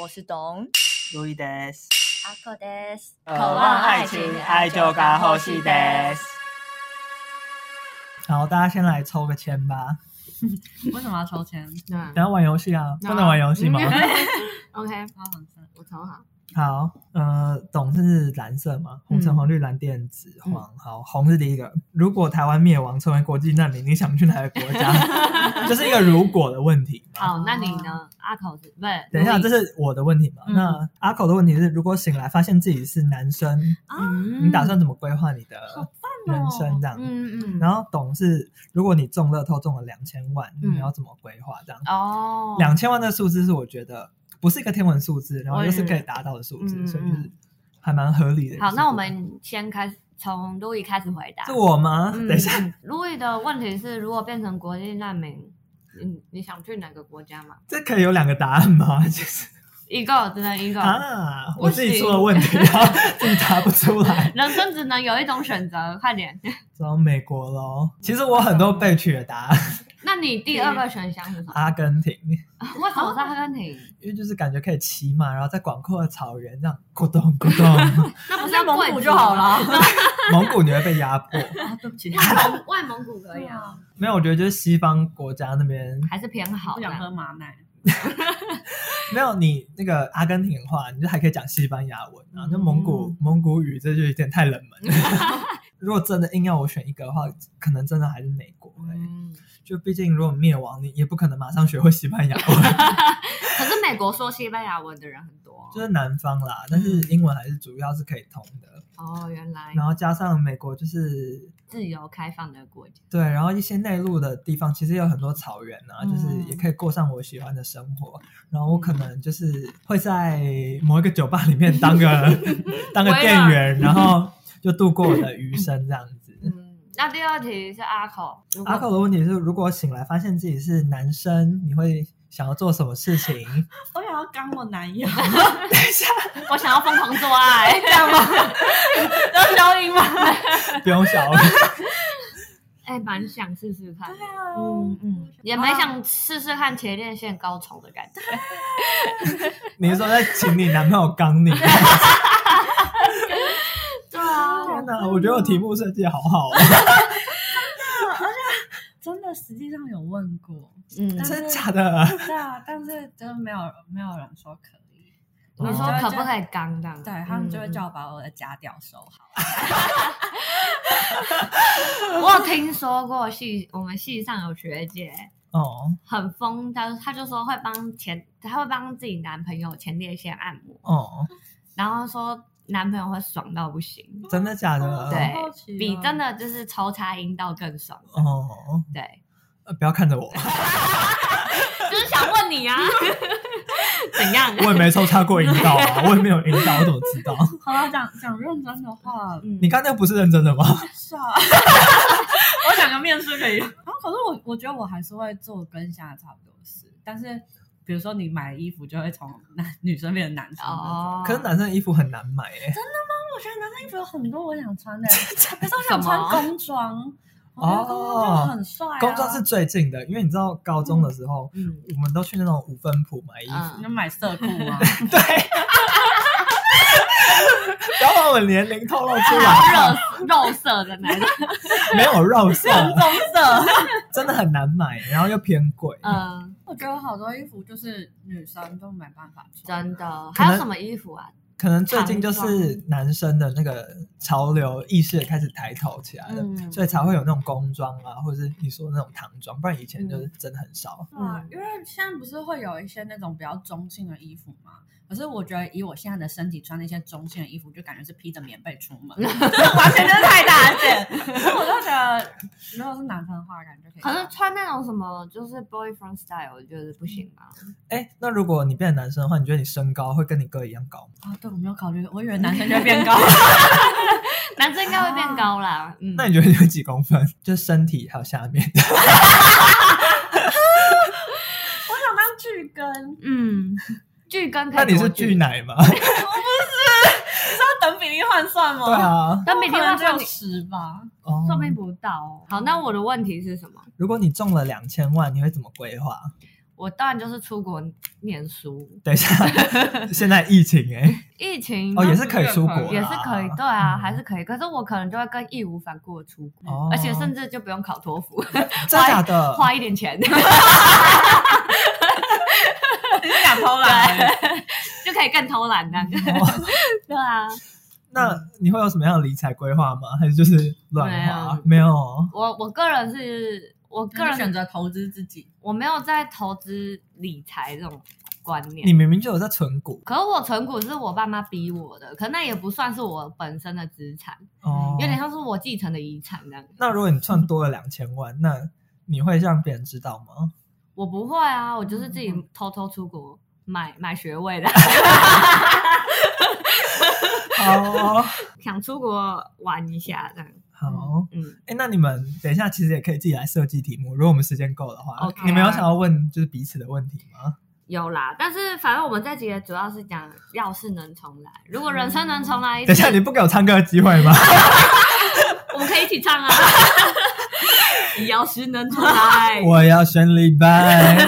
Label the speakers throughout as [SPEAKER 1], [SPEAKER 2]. [SPEAKER 1] 我是董
[SPEAKER 2] 路易德斯，
[SPEAKER 1] 阿克德斯，
[SPEAKER 2] 渴望爱情，爱就该呼吸的。好，大家先来抽个签吧。
[SPEAKER 3] 为什么要抽签？
[SPEAKER 4] 那
[SPEAKER 2] 等下玩游戏啊，不
[SPEAKER 4] 那嗯
[SPEAKER 2] 能玩游戏吗？
[SPEAKER 4] OK，
[SPEAKER 3] 他很深。
[SPEAKER 4] 我投好。
[SPEAKER 2] 好，呃，董是蓝色嘛，红橙黄绿蓝靛紫黄。好，红是第一个。如果台湾灭亡成为国际难民，你想去哪个国 家？就是一个如果的问题嘛。
[SPEAKER 4] 好，那你呢？阿口子不是？
[SPEAKER 2] 等一下，
[SPEAKER 4] 路易
[SPEAKER 2] 这是我的问题嘛？
[SPEAKER 4] 嗯
[SPEAKER 2] 那阿口的问题是，如果醒来发现自己是男生，
[SPEAKER 4] 嗯
[SPEAKER 2] 你打算怎么规划你的
[SPEAKER 3] 棒哦
[SPEAKER 2] 人生这样？
[SPEAKER 4] 嗯嗯，
[SPEAKER 2] 然后董是，如果你中乐透中了两千万，
[SPEAKER 4] 嗯
[SPEAKER 2] 你要怎么规划这样？
[SPEAKER 4] 哦，
[SPEAKER 2] 两千万的数字是我觉得不是一个天文数字，然后又是可以达到的数字，
[SPEAKER 4] 嗯
[SPEAKER 2] 所以就是还蛮合理的一个
[SPEAKER 4] 好，
[SPEAKER 2] 数
[SPEAKER 4] 那我
[SPEAKER 2] 目
[SPEAKER 4] 们先开始从路易开始回答。
[SPEAKER 2] 是我吗？
[SPEAKER 4] 嗯
[SPEAKER 2] 等一下，
[SPEAKER 4] 嗯路易的问题是，如果变成国际难民，你你想去哪个国家吗？
[SPEAKER 2] 这可以有两个答案吗？就是
[SPEAKER 4] 一个只能一个，
[SPEAKER 2] 啊，
[SPEAKER 4] 不
[SPEAKER 2] 我自己
[SPEAKER 4] 行
[SPEAKER 2] 出了问题，然后自己答不出来，
[SPEAKER 4] 人生只能有一种选择，快 点。
[SPEAKER 2] 找美国喽。其实我很
[SPEAKER 4] 嗯
[SPEAKER 2] 多被取的答案，
[SPEAKER 4] 那你第二个选项是什么？
[SPEAKER 2] 阿根廷，
[SPEAKER 4] 为什么是阿根廷？
[SPEAKER 2] 因为就是感觉可以骑马，然后在广阔的草原这样咕咚咕咚。
[SPEAKER 4] 那不是
[SPEAKER 3] 那
[SPEAKER 4] 要
[SPEAKER 3] 蒙
[SPEAKER 4] 贵
[SPEAKER 3] 古
[SPEAKER 4] 族
[SPEAKER 3] 就好了
[SPEAKER 4] 吗。
[SPEAKER 2] 蒙古你会被压迫，
[SPEAKER 3] 啊，对不 起，
[SPEAKER 4] 外外蒙古可以啊，
[SPEAKER 2] 没有，我觉得就是西方国家那边
[SPEAKER 4] 还是偏好
[SPEAKER 3] 不
[SPEAKER 4] 的
[SPEAKER 3] 想。喝马奶。
[SPEAKER 2] 没有你那个阿根廷的话，你就还可以讲西班牙文啊。那蒙古、蒙古语这就有点太冷门了。如果真的硬要我选一个的话，可能真的还是美国、欸。
[SPEAKER 4] 嗯，
[SPEAKER 2] 就毕竟如果灭亡，你也不可能马上学会西班牙文，
[SPEAKER 4] 可是美国说西班牙文的人很多
[SPEAKER 2] 就是南方啦。但是英文还是主要是可以通的。
[SPEAKER 4] 哦，原来
[SPEAKER 2] 然后加上美国就是
[SPEAKER 4] 自由开放的国家。
[SPEAKER 2] 对，然后一些内陆的地方其实有很多草原啊，就是
[SPEAKER 4] 嗯
[SPEAKER 2] 也可以过上我喜欢的生活。然后我可能就是会在某一个酒吧里面当 个当个店员，然后就度过我的 余生这样子。
[SPEAKER 4] 嗯，那第二题是阿口，如果
[SPEAKER 2] 阿口的问题是，如果醒来发现自己是男生，你会想要做什么事情？
[SPEAKER 3] 我想要干我男友，
[SPEAKER 4] 我想要疯狂做爱，这 样吗？
[SPEAKER 3] 要消音吗？
[SPEAKER 2] 不用想，
[SPEAKER 4] 哎，蛮想试试看的。
[SPEAKER 3] 嗯
[SPEAKER 4] 嗯，也蛮想试试看前列腺高潮的感觉。
[SPEAKER 2] 你是说在请你男朋友 刚你？天
[SPEAKER 4] 对啊，
[SPEAKER 2] 哪，我觉得我题目设计得好好哦，
[SPEAKER 3] 真的，实际上有问过，
[SPEAKER 4] 嗯，
[SPEAKER 3] 但是
[SPEAKER 2] 真的假的？
[SPEAKER 3] 对啊，但是真的没有没有人说可以。
[SPEAKER 4] 你说可不可以刚这样？
[SPEAKER 3] 对他们就会
[SPEAKER 4] 嗯
[SPEAKER 3] 叫我把我的假屌收好。
[SPEAKER 4] 嗯我有听说过系，我们系上有学姐
[SPEAKER 2] 哦
[SPEAKER 4] 很疯，她她就说会帮前，她会帮自己男朋友前列腺按摩，
[SPEAKER 2] 哦，
[SPEAKER 4] 然后说男朋友会爽到不行，
[SPEAKER 2] 真的假的？
[SPEAKER 3] 哦
[SPEAKER 4] 对
[SPEAKER 3] 好奇哦
[SPEAKER 4] 比真的就是抽插阴道更爽。
[SPEAKER 2] 哦，
[SPEAKER 4] 对，
[SPEAKER 2] 呃不要看着我，
[SPEAKER 4] 就是想问你 啊，怎样？
[SPEAKER 2] 我也没抽插过引导啊，我也没有引导，我怎么知道？
[SPEAKER 3] 好了，讲讲认真的话，
[SPEAKER 4] 嗯
[SPEAKER 2] 你刚才不是认真的吗？
[SPEAKER 3] 是啊， 我想个面试可以。然后可是我我觉得我还是会做跟现在差不多的事，但是比如说你买衣服就会从男 女生变成男生那种。
[SPEAKER 4] 哦，
[SPEAKER 2] 可是男生的衣服很难买欸诶。
[SPEAKER 3] 我觉得男生衣服有很多我想穿的，可是我
[SPEAKER 4] 什
[SPEAKER 3] 想穿
[SPEAKER 4] 么
[SPEAKER 3] 工装，我觉得工装就很帅啊。
[SPEAKER 2] 工装是最近的，因为你知道高中的时候，
[SPEAKER 4] 嗯
[SPEAKER 2] 我们都去那种五分铺买衣服，
[SPEAKER 4] 嗯，
[SPEAKER 3] 你就买色裤啊，
[SPEAKER 2] 对。 不要把我年龄透露出来，
[SPEAKER 4] 肉肉色的男生，
[SPEAKER 2] 没有肉色，
[SPEAKER 3] 棕色。
[SPEAKER 2] 真的很难买，然后又偏贵。
[SPEAKER 4] 嗯，
[SPEAKER 3] 我觉得好多衣服就是女生都没办法穿，
[SPEAKER 4] 真的。
[SPEAKER 2] 可能
[SPEAKER 4] 还有什么衣服啊？
[SPEAKER 2] 可能最近就是男生的那个潮流意识也开始抬头起来了，
[SPEAKER 4] 嗯
[SPEAKER 2] 所以才会有那种工装啊，或者是你说那种唐装，不然以前就是真的很少。
[SPEAKER 3] 对啊
[SPEAKER 4] 嗯，
[SPEAKER 3] 因为现在不是会有一些那种比较中性的衣服嘛？可是我觉得以我现在的身体穿那些中性的衣服，就感觉是披着棉被出门， 完全就是太大件。所以我就觉得，如果是男生的话，感觉可以。
[SPEAKER 4] 可是穿那种什么就是 boyfriend style，我觉得不行啊吧？
[SPEAKER 3] 嗯
[SPEAKER 2] 哎、那如果你变成男生的话，你觉得你身高会跟你哥一样高吗？
[SPEAKER 3] 啊，对我没有考虑，我以为男生就会变高。
[SPEAKER 4] 男生应该会变高啦。嗯，
[SPEAKER 2] 那你觉得你有几公分？就是身体还有下面，
[SPEAKER 3] 我想当巨根，
[SPEAKER 4] 嗯，巨根可以
[SPEAKER 2] 那你是
[SPEAKER 4] 多
[SPEAKER 2] 巨奶 吗？
[SPEAKER 3] 那等比例换算吗？
[SPEAKER 2] 对，啊，
[SPEAKER 4] 但每
[SPEAKER 3] 可
[SPEAKER 4] 天
[SPEAKER 3] 能
[SPEAKER 4] 晚
[SPEAKER 3] 只
[SPEAKER 4] 上
[SPEAKER 3] 有
[SPEAKER 4] 你
[SPEAKER 3] 十吧。
[SPEAKER 2] 哦，
[SPEAKER 4] 说明不到哦。好，那我的问题是什么？
[SPEAKER 2] 如果你中了两千万，你会怎么规划？
[SPEAKER 4] 我当然就是出国念书。
[SPEAKER 2] 等一下， 现在疫情哎、
[SPEAKER 4] 疫情
[SPEAKER 2] 哦
[SPEAKER 4] 那
[SPEAKER 2] 也
[SPEAKER 4] 时
[SPEAKER 2] 是可以出国啦，
[SPEAKER 4] 也是可以，对啊，
[SPEAKER 2] 嗯
[SPEAKER 4] 还是可以。可是我可能就会更义无反顾的出国，
[SPEAKER 2] 哦啊
[SPEAKER 4] 而且甚至就不用考 托福，
[SPEAKER 2] 真假的？
[SPEAKER 4] 花一点钱
[SPEAKER 3] 你是想偷懒欸？
[SPEAKER 4] 就可以更偷懒的。
[SPEAKER 2] 哦
[SPEAKER 4] 对啊，
[SPEAKER 2] 那你会有什么样的理财规划吗？还是就是乱花？没有哦，
[SPEAKER 4] 我我个人是我个
[SPEAKER 3] 个人
[SPEAKER 4] 人
[SPEAKER 3] 选择投资自己，
[SPEAKER 4] 我没有在投资理财这种观念
[SPEAKER 2] 你。明明就有在存股
[SPEAKER 4] 可是我存股是我爸妈逼我的，可那也不算是我本身的资产，
[SPEAKER 2] 哦，
[SPEAKER 4] 有点像是我继承的遗产这样。
[SPEAKER 2] 那如果你赚多了两千 万，那你会让别人知道吗？
[SPEAKER 4] 我不会啊，我就是自己
[SPEAKER 2] 嗯
[SPEAKER 4] 偷偷出国买买学 位的，啊
[SPEAKER 2] 哦，
[SPEAKER 4] 想出国玩一下这样。
[SPEAKER 2] 好，
[SPEAKER 4] 嗯，
[SPEAKER 2] 哎，那你们等一下其实也可以自己来设计题目，如果我们时间够的话
[SPEAKER 4] OK 啊
[SPEAKER 2] 你们有想要问就是彼此的问题吗？
[SPEAKER 4] 有啦，但是反正我们这集的主要是讲，要是能重来，如果人生能重来一
[SPEAKER 2] 等一下
[SPEAKER 4] 次，
[SPEAKER 2] 你不给我唱歌的机会 吗？
[SPEAKER 4] 我们可以一起唱啊。要是能重来，
[SPEAKER 2] 我要选礼拜。
[SPEAKER 4] 哎、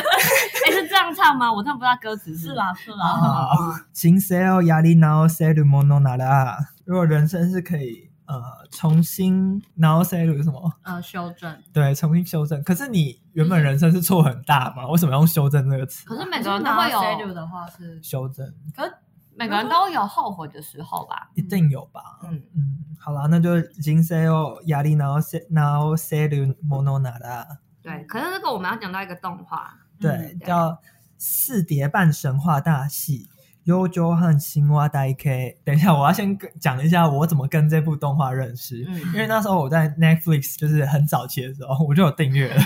[SPEAKER 4] 是这样唱吗？我真的不知道歌词是
[SPEAKER 3] 是
[SPEAKER 4] 吧。
[SPEAKER 3] 啦是啦，
[SPEAKER 2] 好，人生をやり直せるものなら，如果人生是可以呃重新然后 say 是什么？
[SPEAKER 4] 嗯
[SPEAKER 3] 呃，修正。
[SPEAKER 2] 对，重新修正。可是你原本人生是错很大嘛？为什么要用修正这个词？
[SPEAKER 4] 可是每个人都会
[SPEAKER 3] 如果拿到 schedule
[SPEAKER 4] 有，
[SPEAKER 3] 的话是
[SPEAKER 2] 修正
[SPEAKER 4] 每个人都有后悔的时候吧。
[SPEAKER 2] 一定有吧？
[SPEAKER 4] 嗯，
[SPEAKER 2] 嗯，好啦，那就人生をやり直せ直せるものなら，
[SPEAKER 4] 对。可是这个我们要讲到一个动画，
[SPEAKER 2] 对，
[SPEAKER 4] 对
[SPEAKER 2] 叫四叠半神话大戏。幽鸠和青蛙呆 K，等一下，我要先跟讲一下我怎么跟这部动画认识。因
[SPEAKER 4] 嗯，
[SPEAKER 2] 为那时候我在 Netflix 就是很早期的时候，我就有订阅了，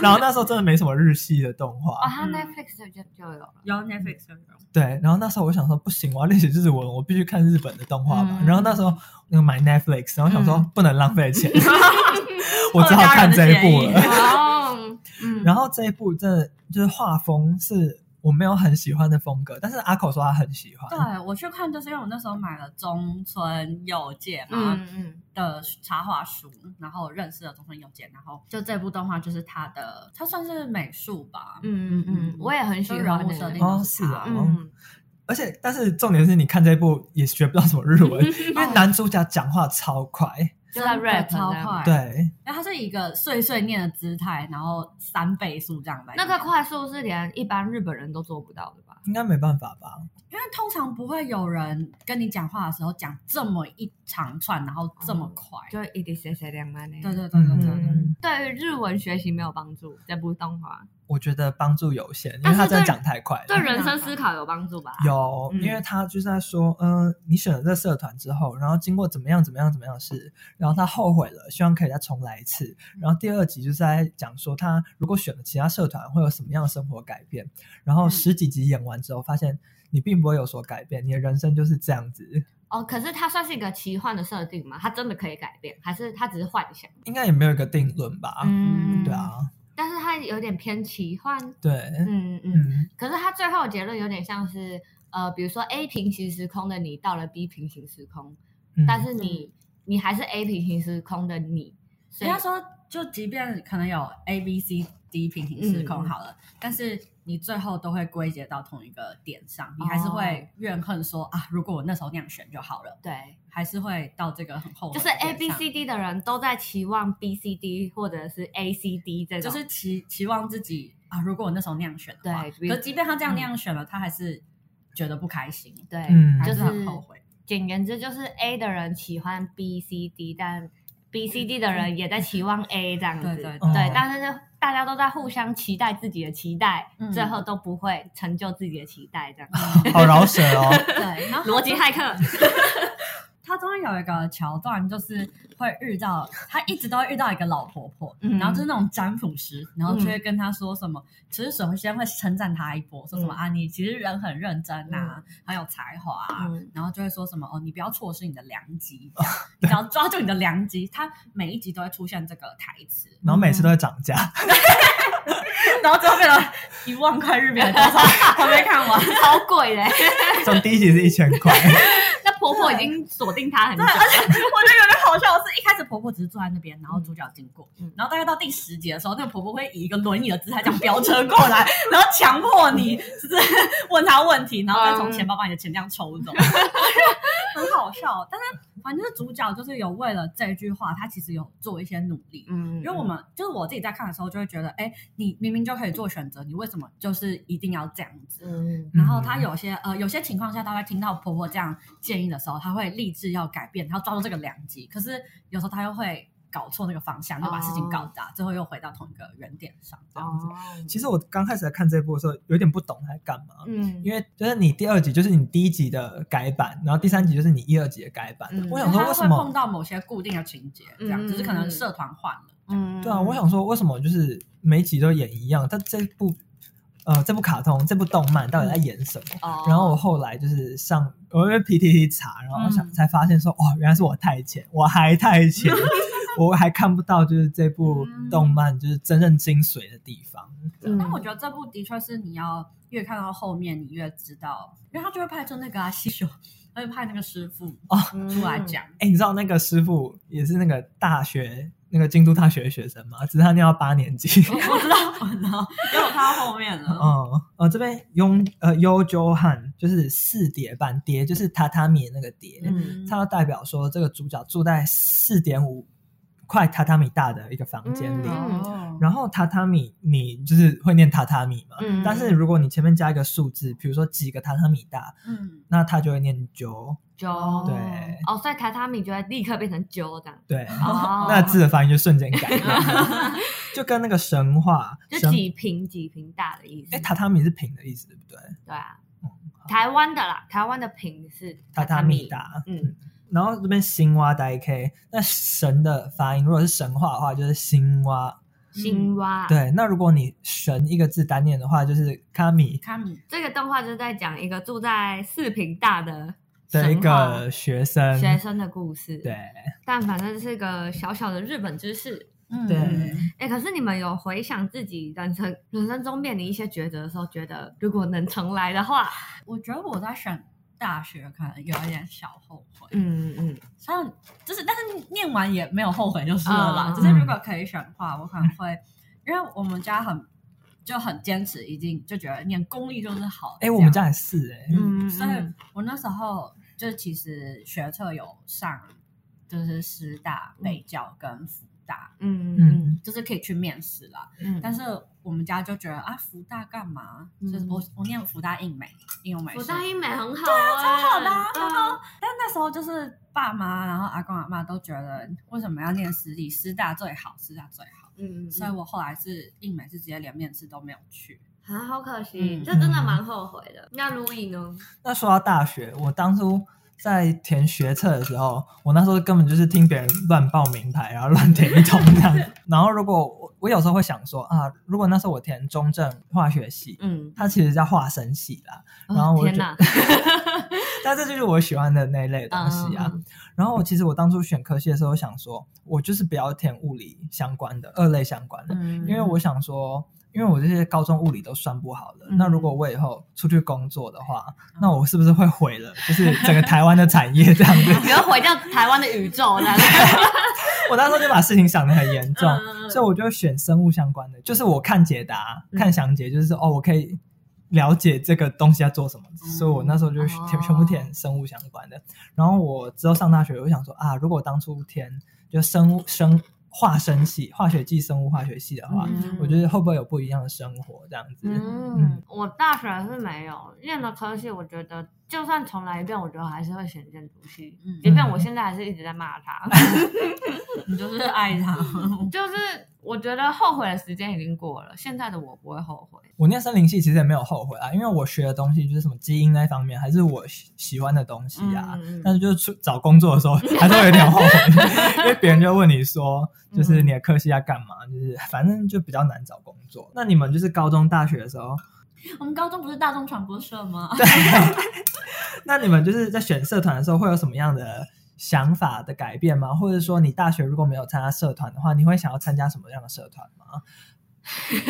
[SPEAKER 2] 然后那时候真的没什么日系的动
[SPEAKER 4] 哦，
[SPEAKER 2] 画，
[SPEAKER 4] 他
[SPEAKER 3] 嗯
[SPEAKER 4] Netflix 就就就有了，
[SPEAKER 3] 有 Netflix 有有
[SPEAKER 2] 对，然后那时候我想说不行，我要练习日文，我必须看日本的动画吧。
[SPEAKER 4] 嗯
[SPEAKER 2] 然后那时候那个买 Netflix，然后想说
[SPEAKER 4] 嗯
[SPEAKER 2] 不能浪费 钱，我只好看这一部
[SPEAKER 3] 受到家人
[SPEAKER 2] 了
[SPEAKER 3] 的。
[SPEAKER 4] 哦，嗯，
[SPEAKER 2] 然后这一部真的就是画风是我没有很喜欢的风格，但是阿口说他很喜欢，
[SPEAKER 3] 对我去看，就是因为我那时候买了中村佑介嘛
[SPEAKER 4] 嗯嗯，
[SPEAKER 3] 的插画书，然后认识了中村佑介，然后就这部动画就是他的，他算是美术吧，
[SPEAKER 4] 嗯嗯嗯，我也很喜
[SPEAKER 3] 就
[SPEAKER 4] 欢
[SPEAKER 3] 人物
[SPEAKER 4] 欸
[SPEAKER 3] 设定
[SPEAKER 2] 哦
[SPEAKER 3] 都
[SPEAKER 2] 是
[SPEAKER 3] 他
[SPEAKER 2] 啊。
[SPEAKER 4] 嗯，
[SPEAKER 2] 而且但是重点是你看这一部也学不到什么日 文，因为男主角讲话超快，
[SPEAKER 4] 就在
[SPEAKER 3] 真的
[SPEAKER 4] rap
[SPEAKER 3] 超
[SPEAKER 4] 这样
[SPEAKER 3] 快，，
[SPEAKER 2] 对。
[SPEAKER 3] 因为他是一个碎碎念的姿态，然后三倍速这样来念，
[SPEAKER 4] 那个快速是连一般日本人都做不到的吧？
[SPEAKER 2] 应该没办法吧？
[SPEAKER 3] 因为通常不会有人跟你讲话的时候讲这么一长串，然后这么
[SPEAKER 4] 哦
[SPEAKER 3] 快。
[SPEAKER 4] 就一滴谁谁两万呢？
[SPEAKER 3] 对对对对对对对，
[SPEAKER 2] 嗯，
[SPEAKER 4] 对于日文学习没有帮助，这部动画
[SPEAKER 2] 我觉得帮助有限，因
[SPEAKER 4] 但
[SPEAKER 2] 为
[SPEAKER 4] 是
[SPEAKER 2] 他真的
[SPEAKER 4] 对
[SPEAKER 2] 讲太快
[SPEAKER 4] 对
[SPEAKER 2] 了。
[SPEAKER 4] 人生思考有帮助吧？
[SPEAKER 2] 有，
[SPEAKER 4] 嗯
[SPEAKER 2] 因为他就是在说，嗯，你选了这社团之后，然后经过怎么样怎么样怎么样的事，然后他后悔了，希望可以再重来一次。
[SPEAKER 4] 嗯
[SPEAKER 2] 然后第二集就是在讲说，他如果选了其他社团会有什么样的生活改变。然
[SPEAKER 4] 嗯
[SPEAKER 2] 后十几集演完之后，发现你并不会有所改变，你的人生就是这样子，
[SPEAKER 4] 哦，可是它算是一个奇幻的设定吗？它真的可以改变，还是它只是幻想？
[SPEAKER 2] 应该也没有一个定论吧？
[SPEAKER 4] 嗯
[SPEAKER 2] 对。啊，
[SPEAKER 4] 但是它有点偏奇幻，
[SPEAKER 2] 对，
[SPEAKER 4] 嗯嗯。
[SPEAKER 2] 嗯，
[SPEAKER 4] 可是它最后的结论有点像是，呃，比如说 A 平行时空的你到了 B 平行时空，
[SPEAKER 2] 嗯
[SPEAKER 4] 但是你你还是 A 平行时空的你，所以
[SPEAKER 3] 人家说，就即便可能有 A、B、C、D 平行时
[SPEAKER 4] 嗯
[SPEAKER 3] 空好了，但是你最后都会归结到同一个点上，
[SPEAKER 4] 哦
[SPEAKER 3] 你还是会怨恨说、啊，如果我那时候那样选就好了，
[SPEAKER 4] 对，
[SPEAKER 3] 还是会到这个很后悔
[SPEAKER 4] 就
[SPEAKER 3] 的
[SPEAKER 4] 是
[SPEAKER 3] 点
[SPEAKER 4] A
[SPEAKER 3] 上。
[SPEAKER 4] B C D 的人都在期望 B C D 或者是 A C D 这
[SPEAKER 3] 就
[SPEAKER 4] 种，
[SPEAKER 3] 是期期望自己啊，如果我那时候那样选的话，
[SPEAKER 4] 对嗯
[SPEAKER 3] 可即便他这样那样选了，他还是觉得不开心，
[SPEAKER 4] 对，
[SPEAKER 2] 嗯
[SPEAKER 4] 就
[SPEAKER 3] 还
[SPEAKER 4] 是
[SPEAKER 3] 是很后悔。
[SPEAKER 4] 简言之，就是 A 的人喜欢 B C D，但 B C D 的人也在期望 A 这样子，
[SPEAKER 3] 嗯对对
[SPEAKER 2] 对
[SPEAKER 4] 但是就大家都在互相期待自己的期待，
[SPEAKER 3] 嗯
[SPEAKER 4] 最后都不会成就自己的期待， 这样
[SPEAKER 2] 好饶舌 哦，
[SPEAKER 3] 对， 然后
[SPEAKER 4] 逻辑骇客，
[SPEAKER 3] 他中间有一个桥段，就是会遇到他一直都会遇到一个老婆婆，
[SPEAKER 4] 嗯
[SPEAKER 3] 然后就是那种占卜师，然后就会跟他说什么，其实首先会称赞他一波，说什么、
[SPEAKER 4] 嗯
[SPEAKER 3] 啊你其实人很认真呐、很有才华、啊。
[SPEAKER 4] 嗯
[SPEAKER 3] 然后就会说什么哦，你不要错失你的良机， 这样你只要抓住你的良机。他每一集都会出现这个台词，
[SPEAKER 2] 然后每次都会涨价。
[SPEAKER 3] 然后最后变成一万 块日币的多少，还没看完。
[SPEAKER 4] 超贵嘞。
[SPEAKER 2] 从第一集是一千块，
[SPEAKER 4] 那婆婆婆已经锁定他很久
[SPEAKER 3] 对，而且我觉得有点好笑的是，一开始婆婆只是坐在那边，然后主角经过，
[SPEAKER 4] 嗯
[SPEAKER 3] 然后大概到第十集的时候，那个婆婆会以一个轮椅的姿态这样飙车过来， 然后强迫你就是问她问题，然后再
[SPEAKER 4] 嗯
[SPEAKER 3] 从钱包把你的钱这样抽 走，很好笑。但是反正就是主角就是有为了这句话，他其实有做一些努力。
[SPEAKER 4] 嗯，
[SPEAKER 3] 因为我们就是我自己在看的时候，就会觉得，哎，你明明就可以做选择，你为什么就是一定要这样子？
[SPEAKER 4] 嗯
[SPEAKER 3] 然后她有些呃有些情况下，她会听到婆婆这样建议的时候，她会立志要改变，她要抓住这个良机。可是有时候她又会搞错那个方向，就把事情搞砸，最后又回到同一个原点上，这样子。
[SPEAKER 4] 哦，
[SPEAKER 2] 其实我刚开始在看这部的时候，有点不懂他在干嘛。
[SPEAKER 4] 嗯
[SPEAKER 2] 因为就是你第二集就是你第一集的改版，然后第三集就是你一二集的改版。
[SPEAKER 4] 嗯
[SPEAKER 2] 我
[SPEAKER 3] 就
[SPEAKER 2] 想
[SPEAKER 3] 她
[SPEAKER 2] 说为
[SPEAKER 3] 会
[SPEAKER 2] 什
[SPEAKER 3] 碰
[SPEAKER 2] 么？
[SPEAKER 3] 到某些固定的情节，这样
[SPEAKER 4] 嗯
[SPEAKER 3] 只是可能社团换了。
[SPEAKER 4] 嗯
[SPEAKER 2] 对啊，我想说为什么就是每集都演一样，但这部呃这部卡通这部动漫到底在演什么？
[SPEAKER 4] 哦
[SPEAKER 2] 然后我后来就是上我因为 PTT 查，然后想
[SPEAKER 3] 嗯
[SPEAKER 2] 才发现说，哦，原来是我太浅，我还太 浅，我还看不到就是这部动漫就是真正精髓的地方。
[SPEAKER 4] 嗯
[SPEAKER 3] 但我觉得这部的确是你要越看到后面，你越知道，因为他就会派出那个啊西修，他就派那个师傅
[SPEAKER 4] 哦
[SPEAKER 3] 出来讲。
[SPEAKER 2] 哎、你知道那个师傅也是那个大学那个京都大学的学生吗？只是他念到八年
[SPEAKER 4] 哦
[SPEAKER 2] 级。
[SPEAKER 3] 我知道，我知道，因为我看到后面了。
[SPEAKER 2] 嗯，呃，这边雍呃幽鸠汉就是四叠半叠，就是榻榻米的那个叠，
[SPEAKER 4] 嗯
[SPEAKER 2] 它要代表说这个主角住在四点五块榻榻米大的一个房间里。
[SPEAKER 4] 嗯
[SPEAKER 3] 哦
[SPEAKER 2] 然后榻榻米，你就是会念榻榻米嘛？
[SPEAKER 4] 嗯
[SPEAKER 2] 但是如果你前面加一个数字，比如说几个榻榻米大，
[SPEAKER 3] 嗯，
[SPEAKER 2] 那它就会念鸠。
[SPEAKER 4] 九
[SPEAKER 2] 对
[SPEAKER 4] 哦，所以榻榻米就会立刻变成九这样。
[SPEAKER 2] 对，
[SPEAKER 4] 哦，
[SPEAKER 2] 那字的发音就瞬间改 了，就跟那个神话
[SPEAKER 4] 就
[SPEAKER 2] 神
[SPEAKER 4] 几平几平大的意思。
[SPEAKER 2] 哎，榻榻米是平的意思，对不对？
[SPEAKER 4] 对啊
[SPEAKER 2] 嗯，
[SPEAKER 4] 台湾的啦，台湾的平是
[SPEAKER 2] 榻榻米。大，
[SPEAKER 4] 嗯，
[SPEAKER 2] 然后这边青蛙呆 K，那神的发音如果是神话的话，就是青蛙。
[SPEAKER 4] 青蛙。，
[SPEAKER 2] 对，那如果你神一个字单念的话，就是卡米
[SPEAKER 3] 卡米
[SPEAKER 4] 这个动画就是在讲一个住在四平大的
[SPEAKER 2] 的一
[SPEAKER 4] 神话
[SPEAKER 2] 个学生。
[SPEAKER 4] 学生的故事。
[SPEAKER 2] 对，，
[SPEAKER 4] 但反正是个小小的日本知识。
[SPEAKER 3] 嗯
[SPEAKER 2] 对
[SPEAKER 4] 哎，可是你们有回想自己人生人生中面临一些抉择的时候，觉得如果能重来的话，
[SPEAKER 3] 我觉得我在选大学可能有一点小后悔，
[SPEAKER 4] 嗯嗯
[SPEAKER 3] 像就是但是念完也没有后悔就是了啦。
[SPEAKER 4] 嗯
[SPEAKER 3] 只是如果可以选的话，我可能会，因为我们家很就很坚持，已经就觉得念公立就是好。
[SPEAKER 2] 哎，我们
[SPEAKER 3] 这样
[SPEAKER 2] 家也是哎，
[SPEAKER 4] 嗯
[SPEAKER 3] 所以
[SPEAKER 4] 嗯
[SPEAKER 3] 我那时候就其实学测有上，就是师大、北教跟福大，
[SPEAKER 4] 嗯
[SPEAKER 2] 嗯
[SPEAKER 4] 嗯
[SPEAKER 3] 就是可以去面试啦。
[SPEAKER 4] 嗯，
[SPEAKER 3] 但
[SPEAKER 4] 是
[SPEAKER 3] 是我们家就觉得啊，福大干嘛？
[SPEAKER 4] 嗯
[SPEAKER 3] 就是我我念福大应美，应用美术
[SPEAKER 4] 我。大英美很好啊，
[SPEAKER 3] 超好的啊
[SPEAKER 4] 嗯
[SPEAKER 3] 然后，但那时候就是爸妈，然后阿公阿妈都觉得为什么要念私立？师大最好，师大最好。
[SPEAKER 4] 嗯嗯，
[SPEAKER 3] 所以我后来是应美，是直接连面试都没有去。
[SPEAKER 4] 啊，好可惜，
[SPEAKER 3] 嗯
[SPEAKER 4] 这真的蛮后悔的。那如意呢？
[SPEAKER 2] 那说到大学，我当初在填学测的时候，我那时候根本就是听别人乱报名牌，然后乱填一通这样。然后如果我我有时候会想说啊，如果那时候我填中正化学系，
[SPEAKER 4] 嗯，
[SPEAKER 2] 它其实叫化生系啦，然后我
[SPEAKER 4] 天
[SPEAKER 2] 就
[SPEAKER 4] 哪，嗯
[SPEAKER 2] 但这就是我喜欢的那一类的东西啊。然后我其实我当初选科系的时候，想说我就是不要填物理相关的二类相关的，
[SPEAKER 3] 嗯
[SPEAKER 2] 因为我想说，因为我这些高中物理都算不好了，
[SPEAKER 4] 嗯
[SPEAKER 2] 那如果我以后出去工作的话，那我是不是会毁了，就是整个台湾的产业这样子？
[SPEAKER 4] 不要毁掉台湾的宇宙那
[SPEAKER 2] 我那时候就把事情想得很严重，
[SPEAKER 4] 嗯嗯
[SPEAKER 2] 所以我就选生物相关的，就是我看解答、看详解，就是哦，我可以了解这个东西要做什么，
[SPEAKER 4] 嗯
[SPEAKER 2] 所以我那时候就填、
[SPEAKER 4] 哦
[SPEAKER 2] 全部填生物相关的。然后我之后上大学，我就想说啊，如果我当初填就生物生化生系、化学系、生物化学系的话，
[SPEAKER 4] 嗯
[SPEAKER 2] 我觉得会不会有不一样的生活这样子？
[SPEAKER 4] 嗯，我大学是没有念了科系，我觉得就算重来一遍，我觉得还是会选建筑系，
[SPEAKER 3] 嗯
[SPEAKER 4] 即便我现在还是一直在骂他，
[SPEAKER 3] 你就是爱他，
[SPEAKER 4] 就是我觉得后悔的时间已经过了，现在的我不会后悔。
[SPEAKER 2] 我念森林系其实也没有后悔啊，因为我学的东西就是什么基因那一方面，还是我喜喜欢的东西啊。
[SPEAKER 4] 嗯嗯嗯
[SPEAKER 2] 但是就是出找工作的时候，还是会有点后悔，因为别人就问你说，就是你的科系要干嘛？就是反正就比较难找工作。那你们就是高中、大学的时候，
[SPEAKER 3] 我们高中不是大众传播社吗？
[SPEAKER 2] 那你们就是在选社团的时候会有什么样的想法的改变吗？或者说你大学如果没有参加社团的话，你会想要参加什么样的社团吗？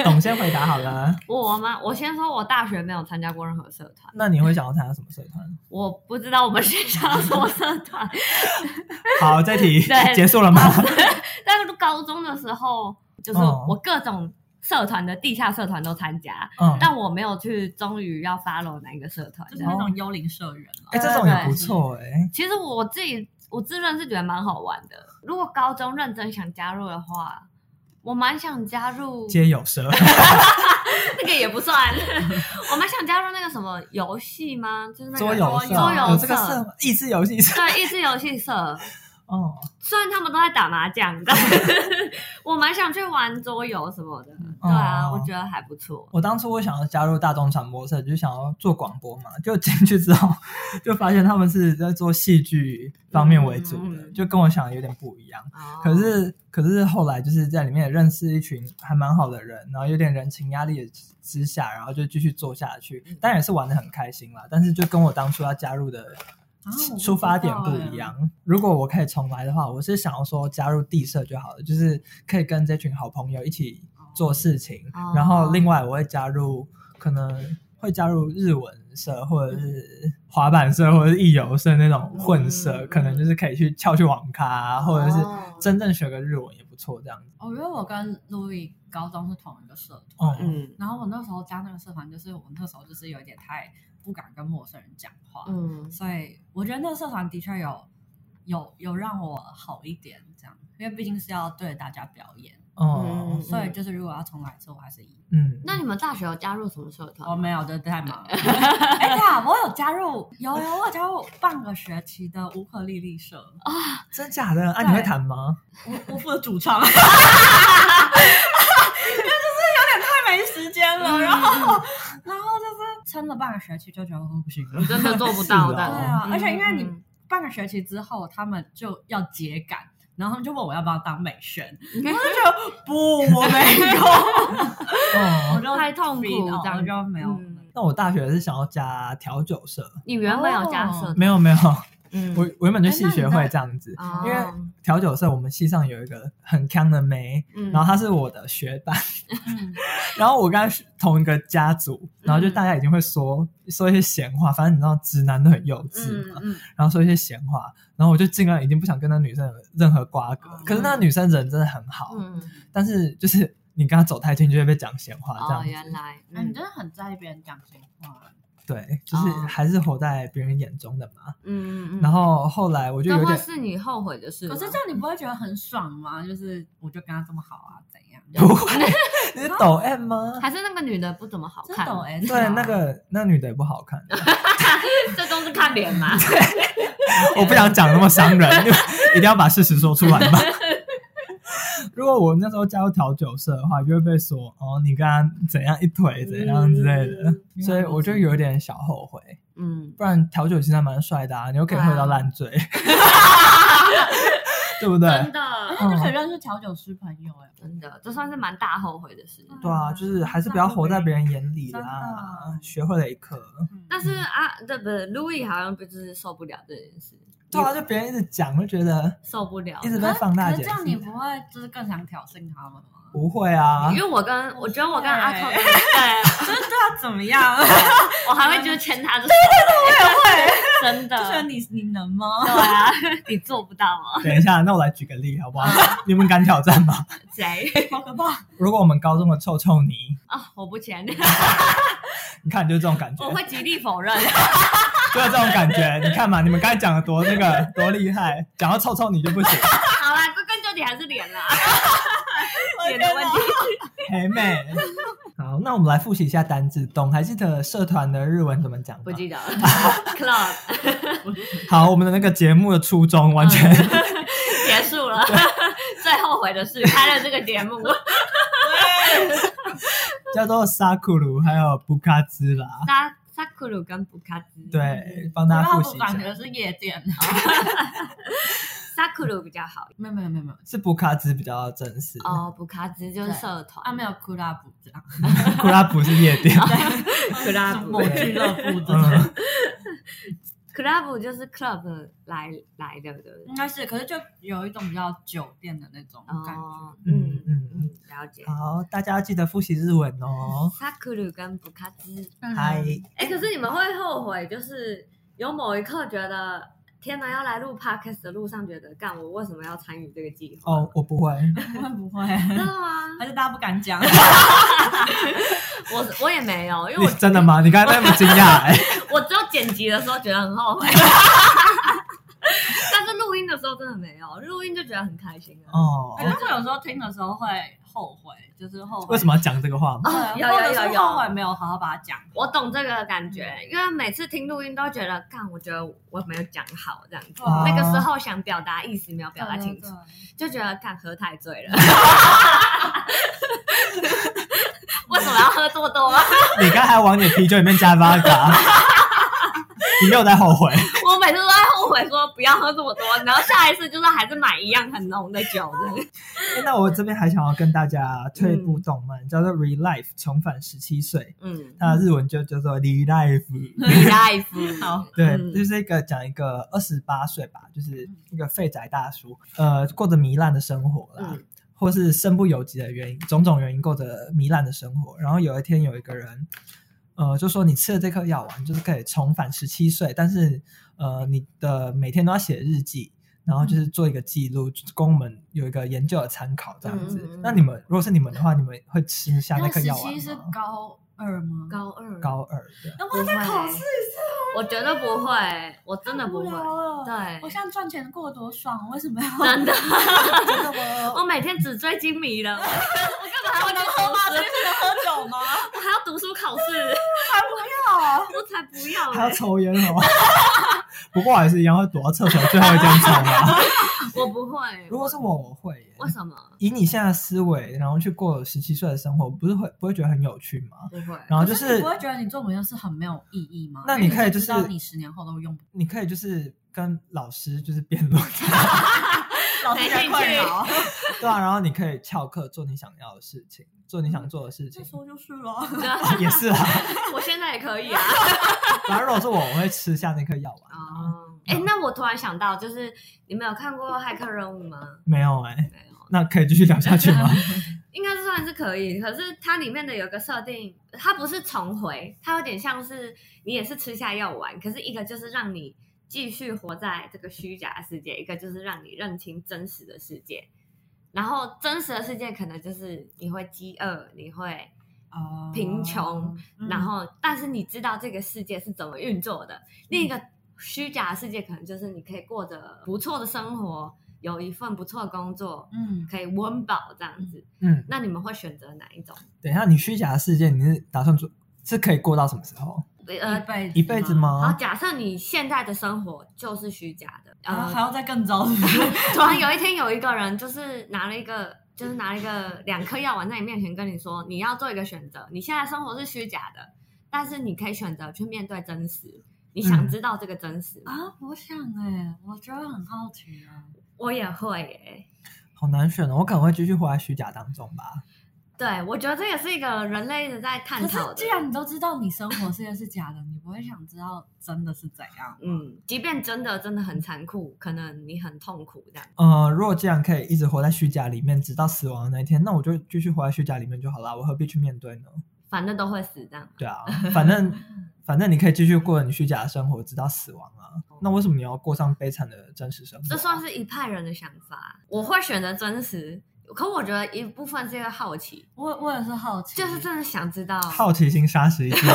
[SPEAKER 2] 董先回答好了。
[SPEAKER 4] 我吗？我先说，我大学没有参加过任何社团，
[SPEAKER 2] 那你会想要参加什么社 团？
[SPEAKER 4] 我不知道我们学校有什么社团。
[SPEAKER 2] 好，这题
[SPEAKER 4] 对
[SPEAKER 2] 结束了吗？
[SPEAKER 4] 但是高中的时候，就是
[SPEAKER 2] 哦
[SPEAKER 4] 我各种社团的地下社团都参加，
[SPEAKER 2] 嗯，
[SPEAKER 4] 但我没有去忠于要 follow 哪一个社团。
[SPEAKER 3] 就
[SPEAKER 4] 这
[SPEAKER 3] 是
[SPEAKER 4] 样
[SPEAKER 3] 那
[SPEAKER 2] 哦
[SPEAKER 3] 种幽灵社员了。
[SPEAKER 2] 哎，这种也不错哎。
[SPEAKER 4] 其实我自己我自认是觉得蛮好玩的。如果高中认真想加入的话，我蛮想加入，
[SPEAKER 2] 皆有社，
[SPEAKER 4] 那个也不算，我蛮想加入那个什么游戏吗？就是那个
[SPEAKER 2] 桌游社，
[SPEAKER 4] 桌
[SPEAKER 2] 有
[SPEAKER 3] 哦
[SPEAKER 4] 游
[SPEAKER 2] 这个社
[SPEAKER 4] 社，
[SPEAKER 2] 吗，益智游戏社。
[SPEAKER 4] 对，益智游戏社。
[SPEAKER 2] 哦，
[SPEAKER 4] 虽然他们都在打麻将，但 是我蛮想去玩桌游什么的。对啊，
[SPEAKER 2] 哦
[SPEAKER 4] 我觉得还不错。
[SPEAKER 2] 我当初我想要加入大众传播社，就是想要做广播嘛。就进去之后，就发现他们是在做戏剧方面为主的，
[SPEAKER 4] 嗯嗯
[SPEAKER 2] 就跟我想的有点不一样。
[SPEAKER 4] 哦
[SPEAKER 2] 可是可是后来就是在里面也认识一群还蛮好的人，然后有点人情压力之下，然后就继续做下去，当然也是玩的很开心啦。但是就跟我当初要加入的
[SPEAKER 3] 啊我不
[SPEAKER 2] 出发点
[SPEAKER 3] 知
[SPEAKER 2] 不
[SPEAKER 3] 道哎
[SPEAKER 2] 一样。如果我可以重来的话，我是想要说加入地社就好了，就是可以跟这群好朋友一起做事情。
[SPEAKER 4] 哦
[SPEAKER 2] 然后另外我会加入，可能会加入日文社或者是滑板社或者是益游社那种混社，
[SPEAKER 4] 嗯哦
[SPEAKER 2] 可能就是可以去翘去网咖、或者是真正学个日文也不错这样子。
[SPEAKER 3] 哦，因为我跟 Louis 高中是同一个社团，
[SPEAKER 2] 哦、
[SPEAKER 4] 嗯
[SPEAKER 3] 然后我那时候加那个社团，就是我那时候就是有点太不敢跟陌生人讲话，
[SPEAKER 4] 嗯，
[SPEAKER 3] 所以我觉得那个社团的确有有有让我好一点，这样，因为毕竟是要对着大家表演，
[SPEAKER 2] 哦
[SPEAKER 4] 嗯
[SPEAKER 3] 所以就是如果要重来一次，我还是一。
[SPEAKER 2] 嗯，
[SPEAKER 4] 那你们大学有加入什么社团吗？
[SPEAKER 3] 我、哦
[SPEAKER 2] 哦
[SPEAKER 3] 没有，这太忙了。哎、对啊，我有加入，有有，我有加入半个学期的乌克丽丽社，
[SPEAKER 2] 真假的？啊，
[SPEAKER 3] 对
[SPEAKER 2] 你会弹吗？
[SPEAKER 3] 我我负责主唱，因 为就是有点太没时间了，然后 然后就是撑了半个学期就觉得哦不行了，
[SPEAKER 4] 真的做 不
[SPEAKER 2] 是
[SPEAKER 4] 到
[SPEAKER 2] 哦
[SPEAKER 4] 的。
[SPEAKER 3] 对啊，
[SPEAKER 4] 嗯
[SPEAKER 3] 而且因为你
[SPEAKER 4] 嗯
[SPEAKER 3] 半个学期之后，他们就要结感，然后他们就问我要不要当美宣， 我就觉得不，我没 有，我
[SPEAKER 2] 哦，
[SPEAKER 3] 就
[SPEAKER 4] 嗯太痛苦
[SPEAKER 3] freak out，
[SPEAKER 4] 这样
[SPEAKER 3] 我就没有。
[SPEAKER 4] 嗯
[SPEAKER 2] 那我大学是想要加调酒社，
[SPEAKER 4] 你原本有加社团，
[SPEAKER 2] 没有没有，
[SPEAKER 4] 嗯
[SPEAKER 2] 哦我我原本就系学会这样子，
[SPEAKER 4] 哦
[SPEAKER 2] 因为调酒社我们系上有一个很强的妹，
[SPEAKER 4] 嗯
[SPEAKER 2] 然后她是我的学霸，
[SPEAKER 3] 嗯
[SPEAKER 2] 然后我跟她是同一个家族，然后就
[SPEAKER 4] 嗯
[SPEAKER 2] 大家已经会说说一些闲话，反正你知道直男都很幼稚
[SPEAKER 3] 嗯
[SPEAKER 2] 嘛，
[SPEAKER 3] 嗯，
[SPEAKER 2] 然后说一些闲话，然后我就尽量已经不想跟那女生有任何瓜葛，
[SPEAKER 3] 哦
[SPEAKER 2] 可是那个女生人真的很好，
[SPEAKER 4] 嗯，
[SPEAKER 2] 但是就是你跟她走太近就会被讲闲话这样
[SPEAKER 4] 哦，
[SPEAKER 2] 子，
[SPEAKER 4] 原来，
[SPEAKER 3] 那哎你
[SPEAKER 4] 嗯
[SPEAKER 3] 真的很在意别人讲闲话，
[SPEAKER 2] 对，就是
[SPEAKER 4] 哦
[SPEAKER 2] 还是活在别人眼中的嘛。
[SPEAKER 4] 嗯嗯，
[SPEAKER 2] 然后后来我就
[SPEAKER 4] 这
[SPEAKER 2] 有
[SPEAKER 4] 会
[SPEAKER 2] 点。
[SPEAKER 4] 是你后悔的事啊吗。
[SPEAKER 3] 可是这样你不会觉得很爽吗？就是我就跟他这么好啊，怎样？
[SPEAKER 2] 不会，你是抖 M 吗？
[SPEAKER 4] 还是那个女的不怎么好
[SPEAKER 3] 真
[SPEAKER 4] 看，
[SPEAKER 3] 懂哎，
[SPEAKER 2] 对，那个那女的也不好看，
[SPEAKER 4] 这都是看脸嘛。
[SPEAKER 2] 我不想讲那么伤 人，因为一定要把事实说出来嘛。 如果我那时候加入调酒社的话，就会被说哦，你跟他怎样一腿怎样之类的，
[SPEAKER 3] 嗯
[SPEAKER 2] 所以我就有点小后悔。
[SPEAKER 4] 嗯，
[SPEAKER 2] 不然调酒其实还蛮帅的啊，你又可以喝到烂 醉， 对不对？
[SPEAKER 4] 真的
[SPEAKER 3] 那就可以认识调酒师朋友哎，
[SPEAKER 4] 真的，这算是蛮大后悔的事。
[SPEAKER 2] 对啊，就是还是不要活在别人眼里
[SPEAKER 3] 真
[SPEAKER 2] 啦
[SPEAKER 3] 的，
[SPEAKER 2] 学会了一课。
[SPEAKER 4] 但是啊，这不是 Louis 好像就是受不了这件事，
[SPEAKER 2] 对啊，就别人一直讲，就觉得
[SPEAKER 4] 受不了
[SPEAKER 2] 一。直被放大
[SPEAKER 3] 可是
[SPEAKER 2] 解
[SPEAKER 3] 这
[SPEAKER 2] 释。
[SPEAKER 3] 样你不会就是更想挑衅他们吗？
[SPEAKER 2] 不会啊
[SPEAKER 4] 因，为我跟我觉得我跟阿超，
[SPEAKER 3] 对
[SPEAKER 4] 对， 对
[SPEAKER 3] 就是对他啊怎 么样？
[SPEAKER 4] 我还会就是牵他的手。对对对，我也会，真
[SPEAKER 3] 就觉
[SPEAKER 4] 的。
[SPEAKER 3] 得你你能吗？
[SPEAKER 4] 对啊，你做不到啊吗？
[SPEAKER 2] 等一下，那我来举个例好不好？ 你们敢挑战吗？
[SPEAKER 4] 谁
[SPEAKER 3] 好可怕！
[SPEAKER 2] 如果我们高中的臭臭泥，
[SPEAKER 4] 啊？我不签，
[SPEAKER 2] 你看就是这种感觉，
[SPEAKER 4] 我会极力 否认。
[SPEAKER 2] 就是这种感觉。你看嘛，你们刚才讲的多那个多厉害，讲到臭臭泥就不 行。
[SPEAKER 4] 好啦，这跟究底还是脸啦，脸的问题。
[SPEAKER 2] 嘿妹，好，那我们来复习一下单字。懂还记得社团的日文怎么讲吗
[SPEAKER 4] 不？ 记得了，club
[SPEAKER 2] 好，我们的那个节目的初衷完全、
[SPEAKER 4] 啊 结束了。最后悔的是开了这个节目，
[SPEAKER 2] 叫做沙库鲁，还有布卡兹啦。
[SPEAKER 4] 沙沙库鲁跟布卡兹，，
[SPEAKER 2] 对，帮大家复习一
[SPEAKER 3] 感
[SPEAKER 2] 下，
[SPEAKER 3] 觉是夜店。啊
[SPEAKER 4] 沙库鲁比较好
[SPEAKER 3] 没有没有没有没有
[SPEAKER 2] 是布卡兹比较正式，
[SPEAKER 4] 哦，布卡兹就是社团
[SPEAKER 3] 啊，没有库拉布 这样，
[SPEAKER 2] 库
[SPEAKER 4] 哦
[SPEAKER 2] 拉普是夜店。
[SPEAKER 4] 克拉布
[SPEAKER 3] 某俱乐部这
[SPEAKER 2] 嗯
[SPEAKER 3] 种。
[SPEAKER 4] 克 club 就是 club 来来的，对不对
[SPEAKER 3] 应？该是，可是就有一种比较酒店的那种感觉。
[SPEAKER 4] 哦，
[SPEAKER 2] 嗯嗯
[SPEAKER 4] 嗯嗯
[SPEAKER 2] 嗯
[SPEAKER 4] 嗯，了解。
[SPEAKER 2] 好，大家要记得复习日文哦。
[SPEAKER 4] 萨库鲁跟布卡兹，
[SPEAKER 2] 嗨，
[SPEAKER 4] 哎，可是你们会后悔，就是有某一刻觉得，天哪，要来录 podcast 的路上，觉得干我为什么要参与这个计划？
[SPEAKER 2] 哦，我不会，
[SPEAKER 3] 会不会？
[SPEAKER 4] 真的吗？
[SPEAKER 3] 还是大家不 敢讲？
[SPEAKER 4] 我我也没有，因为
[SPEAKER 2] 你
[SPEAKER 4] 我
[SPEAKER 2] 真的吗？你刚才那么惊 讶、哎
[SPEAKER 4] 我只有剪辑的时候觉得很后悔， 但是录音的时候真的没有，录音就觉得很开心啊。
[SPEAKER 2] 哦，
[SPEAKER 3] 哎但是有时候听的时候会后悔，就是后悔
[SPEAKER 2] 为什么要讲这个话吗？
[SPEAKER 3] 对，
[SPEAKER 4] 啊有有
[SPEAKER 3] 或
[SPEAKER 4] 有
[SPEAKER 3] 者是
[SPEAKER 4] 有
[SPEAKER 3] 后悔没有好好把它讲。
[SPEAKER 4] 我懂这个感觉，
[SPEAKER 3] 嗯
[SPEAKER 4] 因为每次听录音都觉得，干，我觉得我没有讲好这样子。
[SPEAKER 3] 哦
[SPEAKER 4] 那个时候想表达意思没有表达清楚
[SPEAKER 3] 对，，
[SPEAKER 4] 就觉得干喝太醉了。 为什么要喝这么多？
[SPEAKER 2] 你刚才往你的啤酒里面加 vodka，你没有在后悔？
[SPEAKER 4] 我每次都在后悔说不要喝这么多，然后下一次就是还是买一样很浓的酒这样。
[SPEAKER 2] 哎那我这边还想要跟大家推一部动漫，叫做《Re Life》重返十七岁，
[SPEAKER 4] 嗯
[SPEAKER 2] 它的日文就叫做《Re Life》。
[SPEAKER 4] ，life
[SPEAKER 3] 好
[SPEAKER 2] 对，
[SPEAKER 4] 嗯
[SPEAKER 2] 就是一个讲一个二十八岁吧，就是一个废宅大叔，呃，过着糜烂的生活啦，
[SPEAKER 4] 嗯
[SPEAKER 2] 或是身不由己的原因，种种原因过着糜烂的生活。然后有一天有一个人，呃，就说你吃了这颗药丸，就是可以重返十七岁，但是呃，你的每天都要写日记。然后就是
[SPEAKER 4] 嗯
[SPEAKER 2] 做一个记录，供我们有一个研究的参考，这样子。
[SPEAKER 4] 嗯嗯嗯
[SPEAKER 2] 那你们如果是你们的话，你们会吃下那颗
[SPEAKER 3] 时
[SPEAKER 2] 药丸
[SPEAKER 3] 期是
[SPEAKER 2] 吗？
[SPEAKER 3] 高二吗？
[SPEAKER 4] 高二
[SPEAKER 2] 高二的，
[SPEAKER 3] 那
[SPEAKER 4] 不
[SPEAKER 3] 我再考
[SPEAKER 4] 会
[SPEAKER 3] 试一次，
[SPEAKER 4] 我绝对不会，我真的不会
[SPEAKER 3] 太无。聊了。
[SPEAKER 4] 对
[SPEAKER 3] 我，现在赚钱过得多爽，我为什么要？
[SPEAKER 4] 真的，
[SPEAKER 2] 真的吗
[SPEAKER 4] 我每天只追金迷 了，我干嘛还要
[SPEAKER 3] 我能喝吗？随
[SPEAKER 4] 读书？
[SPEAKER 3] 便喝酒吗？
[SPEAKER 4] 我还要读书考试，
[SPEAKER 3] 才不要！
[SPEAKER 4] 我才不要
[SPEAKER 2] 还要
[SPEAKER 4] 嘞！
[SPEAKER 2] 抽烟哦。 不过我还是一样会躲到厕所最后一间抽啊。
[SPEAKER 4] 我不会
[SPEAKER 2] 如，果是我，我会耶。
[SPEAKER 4] 为什么
[SPEAKER 2] 以你现在的思维，然后去过十七岁的生活，不是会不会觉得很有趣吗？
[SPEAKER 4] 不会？
[SPEAKER 2] 然后就
[SPEAKER 3] 可
[SPEAKER 2] 是
[SPEAKER 3] 你不会觉得你做某件事很没有意义吗？
[SPEAKER 2] 那你可以就是
[SPEAKER 3] 知道你十年后都用不
[SPEAKER 2] 你可以就是跟老师就是辩论，
[SPEAKER 3] 老
[SPEAKER 4] 师的困扰。
[SPEAKER 2] 对啊，然后你可以翘课做你想要的事情，做你想做的事情
[SPEAKER 3] 这，说就是了，
[SPEAKER 2] 也是啊。
[SPEAKER 4] 我现在也可以啊。
[SPEAKER 2] 反正如果是我，我会吃下那颗药啊丸。
[SPEAKER 4] 哦，哎，那我突然想到，就是你们有看过《骇客任务》吗？
[SPEAKER 2] 没有哎、
[SPEAKER 4] 没有，
[SPEAKER 2] 那可以继续聊下去吗？
[SPEAKER 4] 应该算是可以。可是它里面的有个设定，它不是重回，它有点像是你也是吃下药丸，可是一个就是让你继续活在这个虚假的世界，一个就是让你认清真实的世界。然后真实的世界可能就是你会饥饿，你会
[SPEAKER 3] 哦嗯
[SPEAKER 4] 贫穷，然后但是你知道这个世界是怎么运作的。另一个虚假的世界可能就是你可以过着不错的生活，有一份不错的工作，
[SPEAKER 3] 嗯，
[SPEAKER 4] 可以温饱这样子。
[SPEAKER 2] 嗯，
[SPEAKER 4] 那你们会选择哪一种？
[SPEAKER 2] 等一下，你虚假的世界，你是打算做是可以过到什么时候？
[SPEAKER 4] 呃，
[SPEAKER 3] 辈
[SPEAKER 2] 一辈子？吗？
[SPEAKER 4] 好，假设你现在的生活就是虚假的，
[SPEAKER 3] 然后还
[SPEAKER 4] 呃，
[SPEAKER 3] 要再更糟是不是？
[SPEAKER 4] 突然有一天有一个人就是拿了一个，就是拿了一个两颗药丸在你面前跟你说，你要做一个选择，你现在生活是虚假的，但是你可以选择去面对真实。你想
[SPEAKER 2] 嗯
[SPEAKER 4] 知道这个真实吗？
[SPEAKER 3] 啊，我想哎，我觉得很好奇啊。
[SPEAKER 4] 我也会耶、
[SPEAKER 2] 好难选哦，我可能会继续活在虚假当中吧。
[SPEAKER 4] 对，我觉得这也是一个人类的在探
[SPEAKER 3] 可是
[SPEAKER 4] 讨的
[SPEAKER 3] 既。然你都知道你生活世界是 假的，你不会想知道真的是怎样？
[SPEAKER 4] 嗯，即便真的真的很残酷，可能你很痛苦这样。
[SPEAKER 2] 呃，如果这样可以一直活在虚假里面，直到死亡的那一天，那我就继续活在虚假里面就好啦，我何必去面对呢？
[SPEAKER 4] 反正都会死这样。
[SPEAKER 2] 对 啊，反正反正你可以继续过你虚假的生活，直到死亡啊。那为什么你要过上悲惨的真实生活？
[SPEAKER 4] 这算是一派人的想法。我会选择真实，可我觉得一部分是因为好奇，
[SPEAKER 3] 我我也是好奇，
[SPEAKER 4] 就是真的想知道。
[SPEAKER 2] 嗯好奇心杀死一 只猫。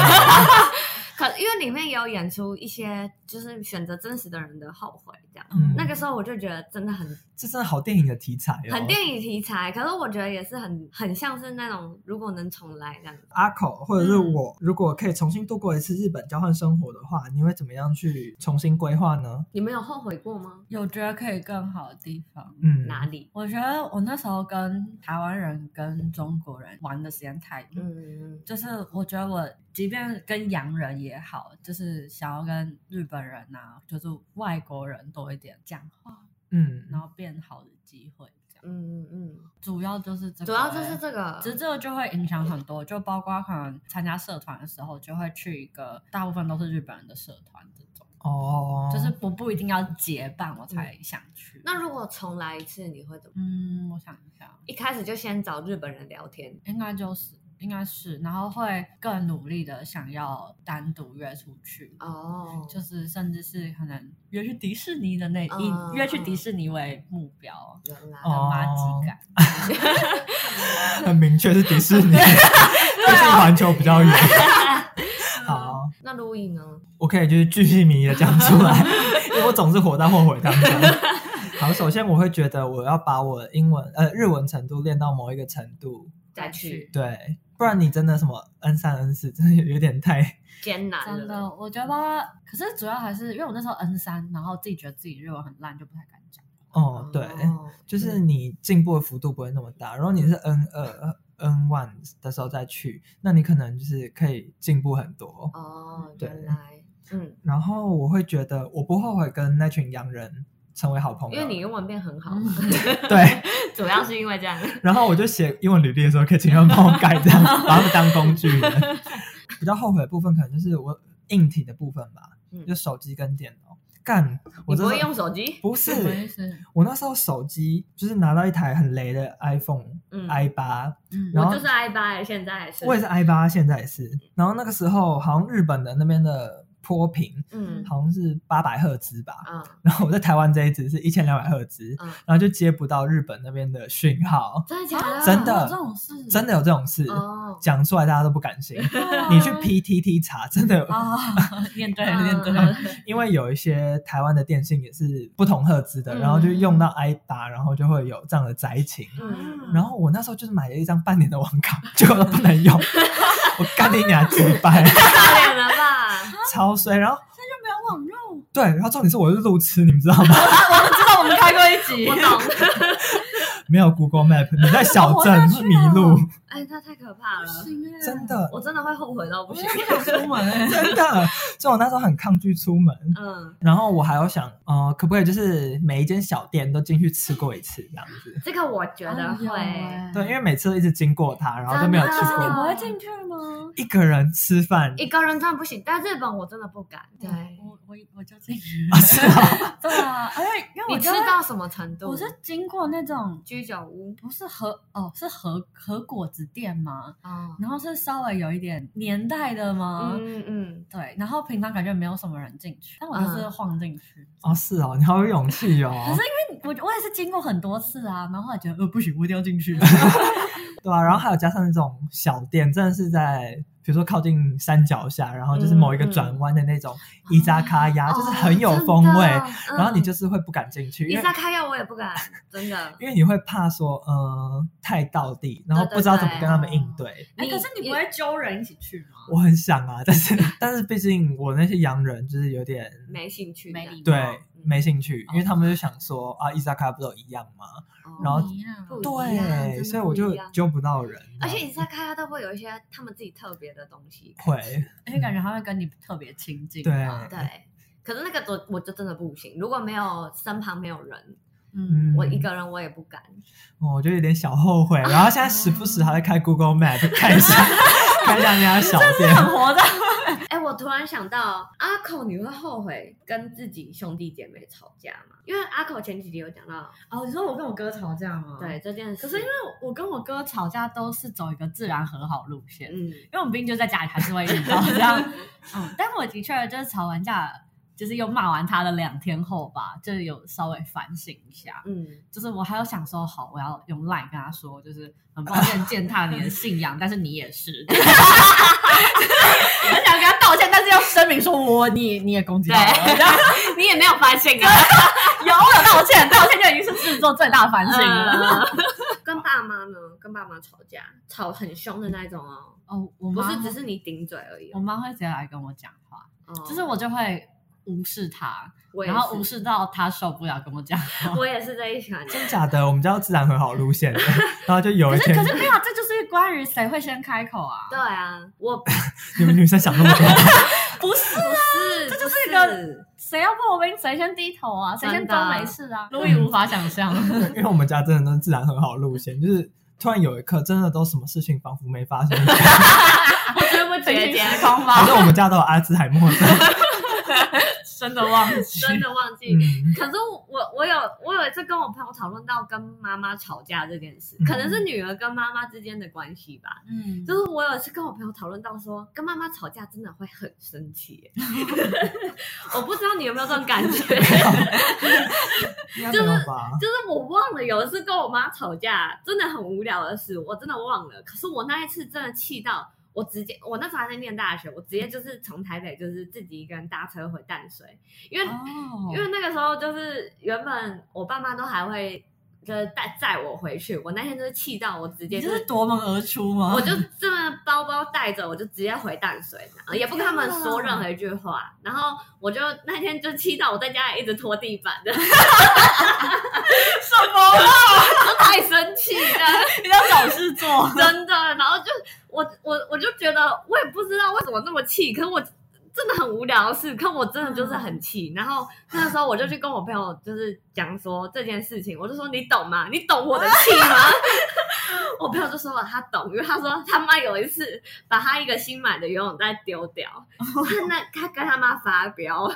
[SPEAKER 4] 可因为里面也有演出一些就是选择真实的人的后悔这样。
[SPEAKER 2] 嗯
[SPEAKER 4] 那个时候我就觉得真的很
[SPEAKER 2] 这真的好电影的题材哦。
[SPEAKER 4] 很电影题材，可是我觉得也是很很像是那种如果能重来这样子。
[SPEAKER 2] 阿口或者是
[SPEAKER 4] 嗯
[SPEAKER 2] 我，如果可以重新度过一次日本交换生活的话，你会怎么样去重新规划呢？
[SPEAKER 4] 你们有后悔过吗？
[SPEAKER 3] 有觉得可以更好的地方。
[SPEAKER 2] 嗯，
[SPEAKER 4] 哪里？
[SPEAKER 3] 我觉得我那时候跟台湾人跟中国人玩的时间太多，
[SPEAKER 4] 嗯，
[SPEAKER 3] 就是我觉得我即便跟洋人也好，就是想要跟日本人呐、就是外国人多一点讲话，
[SPEAKER 2] 嗯，
[SPEAKER 3] 然后变好的机会，这样
[SPEAKER 4] 嗯嗯嗯，
[SPEAKER 3] 主要就是这个、
[SPEAKER 4] 主要就是。这个，
[SPEAKER 3] 其实这个就会影响很多，就包括可能参加社团的时候，就会去一个大部分都是日本人的社团这种。
[SPEAKER 2] 哦，
[SPEAKER 3] 就是不不一定要结伴我才想去。
[SPEAKER 4] 嗯那如果重来一次，你会怎么？
[SPEAKER 3] 嗯，我想一下，
[SPEAKER 4] 一开始就先找日本人聊天，
[SPEAKER 3] 应该就是应该是，然后会更努力的想要单独约出去。
[SPEAKER 4] 哦
[SPEAKER 3] 就是甚至是可能约去迪士尼的那、
[SPEAKER 4] 嗯哦
[SPEAKER 3] 以约去迪士尼为目标
[SPEAKER 4] 原来
[SPEAKER 3] 的马吉感，
[SPEAKER 2] 很明确是迪士 尼，就是环球比较远。 好，
[SPEAKER 4] 嗯那路易呢？
[SPEAKER 2] 我可以就是巨细靡遗的讲出来，因为我总是火大或回当中。好，首先我会觉得我要把我的英文呃日文程度练到某一个程度，
[SPEAKER 4] 再去
[SPEAKER 2] 对，不然你真的什么 N 三 N 四，真的有点太
[SPEAKER 4] 艰难了，
[SPEAKER 3] 真
[SPEAKER 2] 哦
[SPEAKER 3] 的，我觉得，可是主要还是因为我那时候 N 三，然后自己觉得自己日文很烂，就不太敢讲。
[SPEAKER 2] 哦，对，
[SPEAKER 4] 哦
[SPEAKER 2] 就是你进步的幅度不会那么大。如果你是 N 二、N one 的时候再去，那你可能就是可以进步很多。
[SPEAKER 4] 哦，
[SPEAKER 2] 对
[SPEAKER 4] 原来，嗯，
[SPEAKER 2] 然后我会觉得我不后悔跟那群洋人成为好朋友，
[SPEAKER 4] 因为你英文变很好，
[SPEAKER 2] 对。
[SPEAKER 4] 主要是因为这样，
[SPEAKER 2] 然后我就写英文履历的时候，可以请他们帮我改这样，把他们当工具人。比较后悔的部分，可能就是我硬体的部分吧，
[SPEAKER 4] 嗯
[SPEAKER 2] 就手机跟电脑。干， 我
[SPEAKER 4] 你
[SPEAKER 2] 真的
[SPEAKER 4] 不会用手机，
[SPEAKER 2] 不
[SPEAKER 3] 什么意
[SPEAKER 2] 是，
[SPEAKER 3] 思？
[SPEAKER 2] 我那时候手机就是拿到一台很雷的 iPhone
[SPEAKER 4] 嗯
[SPEAKER 2] i 八，
[SPEAKER 3] 嗯
[SPEAKER 2] 然
[SPEAKER 4] 我
[SPEAKER 2] 后
[SPEAKER 4] 就是 i 八，现在还是，
[SPEAKER 2] 我也是 i 八，现在也是。然后那个时候好像日本的那边的波频
[SPEAKER 4] 嗯
[SPEAKER 2] 好像是八百赫兹吧，
[SPEAKER 4] 嗯
[SPEAKER 2] 然后我在台湾这一只是一千两百赫兹，
[SPEAKER 4] 嗯，
[SPEAKER 2] 然后就接不到日本那边的讯号，
[SPEAKER 4] 真的假的？
[SPEAKER 2] 真的
[SPEAKER 3] 有这种事，
[SPEAKER 2] 真的有这种事。
[SPEAKER 4] 哦，
[SPEAKER 2] 讲出来大家都不敢 信。
[SPEAKER 3] 对啊
[SPEAKER 2] 你去 PTT 查，真的有，
[SPEAKER 4] 哦
[SPEAKER 3] 啊，面对
[SPEAKER 4] 嗯
[SPEAKER 3] 面对，
[SPEAKER 2] 因为有一些台湾的电信也是不同赫兹的，
[SPEAKER 4] 嗯
[SPEAKER 2] 然后就用到 i 八，然后就会有这样的灾情。
[SPEAKER 4] 嗯，
[SPEAKER 2] 然后我那时候就是买了一张半年的网卡，结果都不能 用，我干你娘几百，
[SPEAKER 4] 打脸了 吧？
[SPEAKER 2] 超衰。然后
[SPEAKER 3] 那就没有网络。
[SPEAKER 2] 对，然后重点是我是路痴，你们知道吗？
[SPEAKER 3] 知道我们开过一集
[SPEAKER 4] 我懂，
[SPEAKER 2] 没有 Google Map，你在小镇会迷路，
[SPEAKER 4] 哎，那太可怕了，
[SPEAKER 2] 真，的
[SPEAKER 4] 我真的会后悔到不
[SPEAKER 3] 我
[SPEAKER 4] 行
[SPEAKER 3] 现，在不想出门欸。
[SPEAKER 2] 真的。所以我那时候很抗拒出门。
[SPEAKER 4] 嗯。
[SPEAKER 2] 然后我还有想，呃，可不可以就是每一间小店都进去吃过一次这样子？
[SPEAKER 4] 这个我觉
[SPEAKER 2] 哎
[SPEAKER 4] 得会，
[SPEAKER 3] 嗯
[SPEAKER 2] 对，因为每次都一直经过它，然后都没有去
[SPEAKER 4] 真的
[SPEAKER 3] 你
[SPEAKER 2] 过。
[SPEAKER 3] 不会进去吗？
[SPEAKER 2] 一个人吃饭
[SPEAKER 4] 一个人真的不行，但日本我真的不敢。对，
[SPEAKER 3] 哦我我我就进去。
[SPEAKER 2] 啊，是啊，
[SPEAKER 3] 对啊，而且因为
[SPEAKER 4] 你
[SPEAKER 3] 我
[SPEAKER 4] 吃
[SPEAKER 3] 觉得
[SPEAKER 4] 到什么程度？
[SPEAKER 3] 我是经过那种
[SPEAKER 4] 居酒屋
[SPEAKER 3] 不是和哦是和和果子店吗？
[SPEAKER 4] 哦，
[SPEAKER 3] 然后是稍微有一点年代的吗？
[SPEAKER 4] 嗯嗯，
[SPEAKER 3] 对，然后平常感觉没有什么人进去，但我
[SPEAKER 2] 嗯
[SPEAKER 3] 就是晃进去。
[SPEAKER 2] 哦是哦，你好有勇气哦，
[SPEAKER 3] 可是因为我我也是经过很多次啊，然后后来觉得呃不行，我一定要 进去。
[SPEAKER 2] 对啊，然后还有加上那种小店，真的是在比如说靠近山脚下，然后就是某一个
[SPEAKER 3] 嗯
[SPEAKER 2] 转弯的那种伊扎卡亚，就是很有
[SPEAKER 3] 哦
[SPEAKER 2] 风味，然后你就是会不敢进
[SPEAKER 3] 嗯
[SPEAKER 2] 去，
[SPEAKER 4] 伊
[SPEAKER 2] 因为
[SPEAKER 4] 啊萨开药我也 不敢，真的。
[SPEAKER 2] 因为你会怕说，嗯、太到地，然后不知道怎么跟他们应对。
[SPEAKER 4] 嗯
[SPEAKER 3] 哎，可是你不会揪人一起去吗？
[SPEAKER 2] 我很想啊，但是 但是毕竟我那些洋人就是有点
[SPEAKER 4] 没兴趣的，
[SPEAKER 3] 没礼貌
[SPEAKER 2] 对
[SPEAKER 4] 嗯
[SPEAKER 2] 没兴趣，因为他们就想说啊，伊萨卡不都一样吗？
[SPEAKER 4] 哦
[SPEAKER 2] 然后
[SPEAKER 3] 不一样
[SPEAKER 4] 不一样真的
[SPEAKER 2] 对，
[SPEAKER 4] 不
[SPEAKER 2] 所以我就
[SPEAKER 4] 一样
[SPEAKER 2] 揪不到人，啊
[SPEAKER 4] 而且伊萨开药都会有一些他们自己特别的东西。
[SPEAKER 2] 会
[SPEAKER 3] 因为感觉他会跟你特别亲近嗯
[SPEAKER 2] 对
[SPEAKER 3] 吧。
[SPEAKER 4] 对，可是那个我我就真的不行，如果没有身旁没有人，
[SPEAKER 3] 嗯，
[SPEAKER 4] 我一个人我也不敢。
[SPEAKER 2] 哦我就有点小后悔。然后现在时不时还会开 Google Map 看一下， 看一下人家的小店。
[SPEAKER 3] 很活的。
[SPEAKER 4] 哎，我突然想到，阿口，你会后悔跟自己兄弟姐妹吵架吗？因为阿口前几集有讲到
[SPEAKER 3] 哦，你说我跟我哥吵架吗？
[SPEAKER 2] 哦
[SPEAKER 4] 对。这件事，
[SPEAKER 3] 可是因为我跟我哥吵架都是走一个自然和好路线，
[SPEAKER 4] 嗯，
[SPEAKER 3] 因为我们毕竟就在家里还是会遇到这 样。嗯，但我的确就是吵完架，就是又骂完他的两天后吧，就有稍微反省一下。
[SPEAKER 4] 嗯，
[SPEAKER 3] 就是我还有想说，好，我要用 line 跟他说，就是很抱歉践踏你的信仰，但是你也是， 很想跟他道歉，但是要声明说我你你也攻击到我了，
[SPEAKER 4] 对 你也没有发现啊。
[SPEAKER 3] 有我有道歉，道歉就已经是制作最大的反省了。
[SPEAKER 4] 嗯跟爸妈呢？跟爸妈吵架，吵很凶的那种哦，
[SPEAKER 3] 哦，我
[SPEAKER 4] 不
[SPEAKER 3] 妈
[SPEAKER 4] 是
[SPEAKER 3] 会
[SPEAKER 4] 只是你顶嘴而已
[SPEAKER 3] 我
[SPEAKER 4] 哦。
[SPEAKER 3] 妈会直接来跟我讲话，
[SPEAKER 4] 哦
[SPEAKER 3] 就是我就会无视她，
[SPEAKER 4] 我也
[SPEAKER 3] 然后无
[SPEAKER 4] 是，
[SPEAKER 3] 视到她受不了跟我讲话。
[SPEAKER 4] 我也是这一款。
[SPEAKER 2] 真假的，我们叫自然和好路线 的。然后就有
[SPEAKER 3] 可
[SPEAKER 2] 一
[SPEAKER 3] 是
[SPEAKER 2] 天
[SPEAKER 3] 可，是没有，啊这就是关于谁会先开口啊？
[SPEAKER 4] 对，啊，我 不
[SPEAKER 2] 你们女生想那么多，
[SPEAKER 3] 不是
[SPEAKER 4] 是，
[SPEAKER 3] 这就是
[SPEAKER 4] 不
[SPEAKER 3] 一个谁要破冰，谁先低头啊，谁先
[SPEAKER 4] 真
[SPEAKER 3] 都
[SPEAKER 4] 的
[SPEAKER 3] 没事啊。路易无法想象，
[SPEAKER 2] 因为我们家真的都是自然和好路线，就是突然有一刻真的都什么事情仿佛没发生一样。
[SPEAKER 4] 我真的不
[SPEAKER 3] 平
[SPEAKER 4] 觉
[SPEAKER 3] 行
[SPEAKER 4] 得
[SPEAKER 3] 时空
[SPEAKER 2] 反
[SPEAKER 3] 吧，
[SPEAKER 2] 正我们家都有阿兹海默症，
[SPEAKER 3] 真的忘记，
[SPEAKER 4] 真的忘记。
[SPEAKER 2] 嗯，
[SPEAKER 4] 可是我我有我有一次跟我朋友讨论到跟妈妈吵架这件事
[SPEAKER 2] 嗯，
[SPEAKER 4] 可能是女儿跟妈妈之间的关系吧。
[SPEAKER 3] 嗯，
[SPEAKER 4] 就是我有一次跟我朋友讨论到说，跟妈妈吵架真的会很生气耶， 我不知道你有没有这种感觉，
[SPEAKER 2] 应该没有吧？
[SPEAKER 4] 就是我忘了有一次跟我妈吵架，真的很无聊的事，我真的忘了。可是我那一次真的气到我直接，我那时候还在念大学，我直接就是从台北就是自己一个人搭车回淡水，因为、
[SPEAKER 3] 哦
[SPEAKER 4] 因为那个时候就是原本我爸妈都还会就是带载我回去，我那天就是气到我直接
[SPEAKER 3] 你
[SPEAKER 4] 就
[SPEAKER 3] 就是是夺门而出吗？
[SPEAKER 4] 我就这么包包带着，我就直接回淡水，然后也不跟他们说任何一句话。然后我就那天就气到我在家里一直拖地板的，我
[SPEAKER 3] 什 么啦？
[SPEAKER 4] 太生气了，，
[SPEAKER 3] 你要找事做
[SPEAKER 4] 真的。然后就我我我就觉得我也不知道为什么那么气，可是我真的很无聊的事，可我真的就是很气。然后那时候我就去跟我朋友就是讲说这件事情，我就说你懂吗？你懂我的气吗？ 我朋友就说他懂，因为他说他妈有一次把他一个新买的游泳袋丢掉，他那他跟他妈发飙，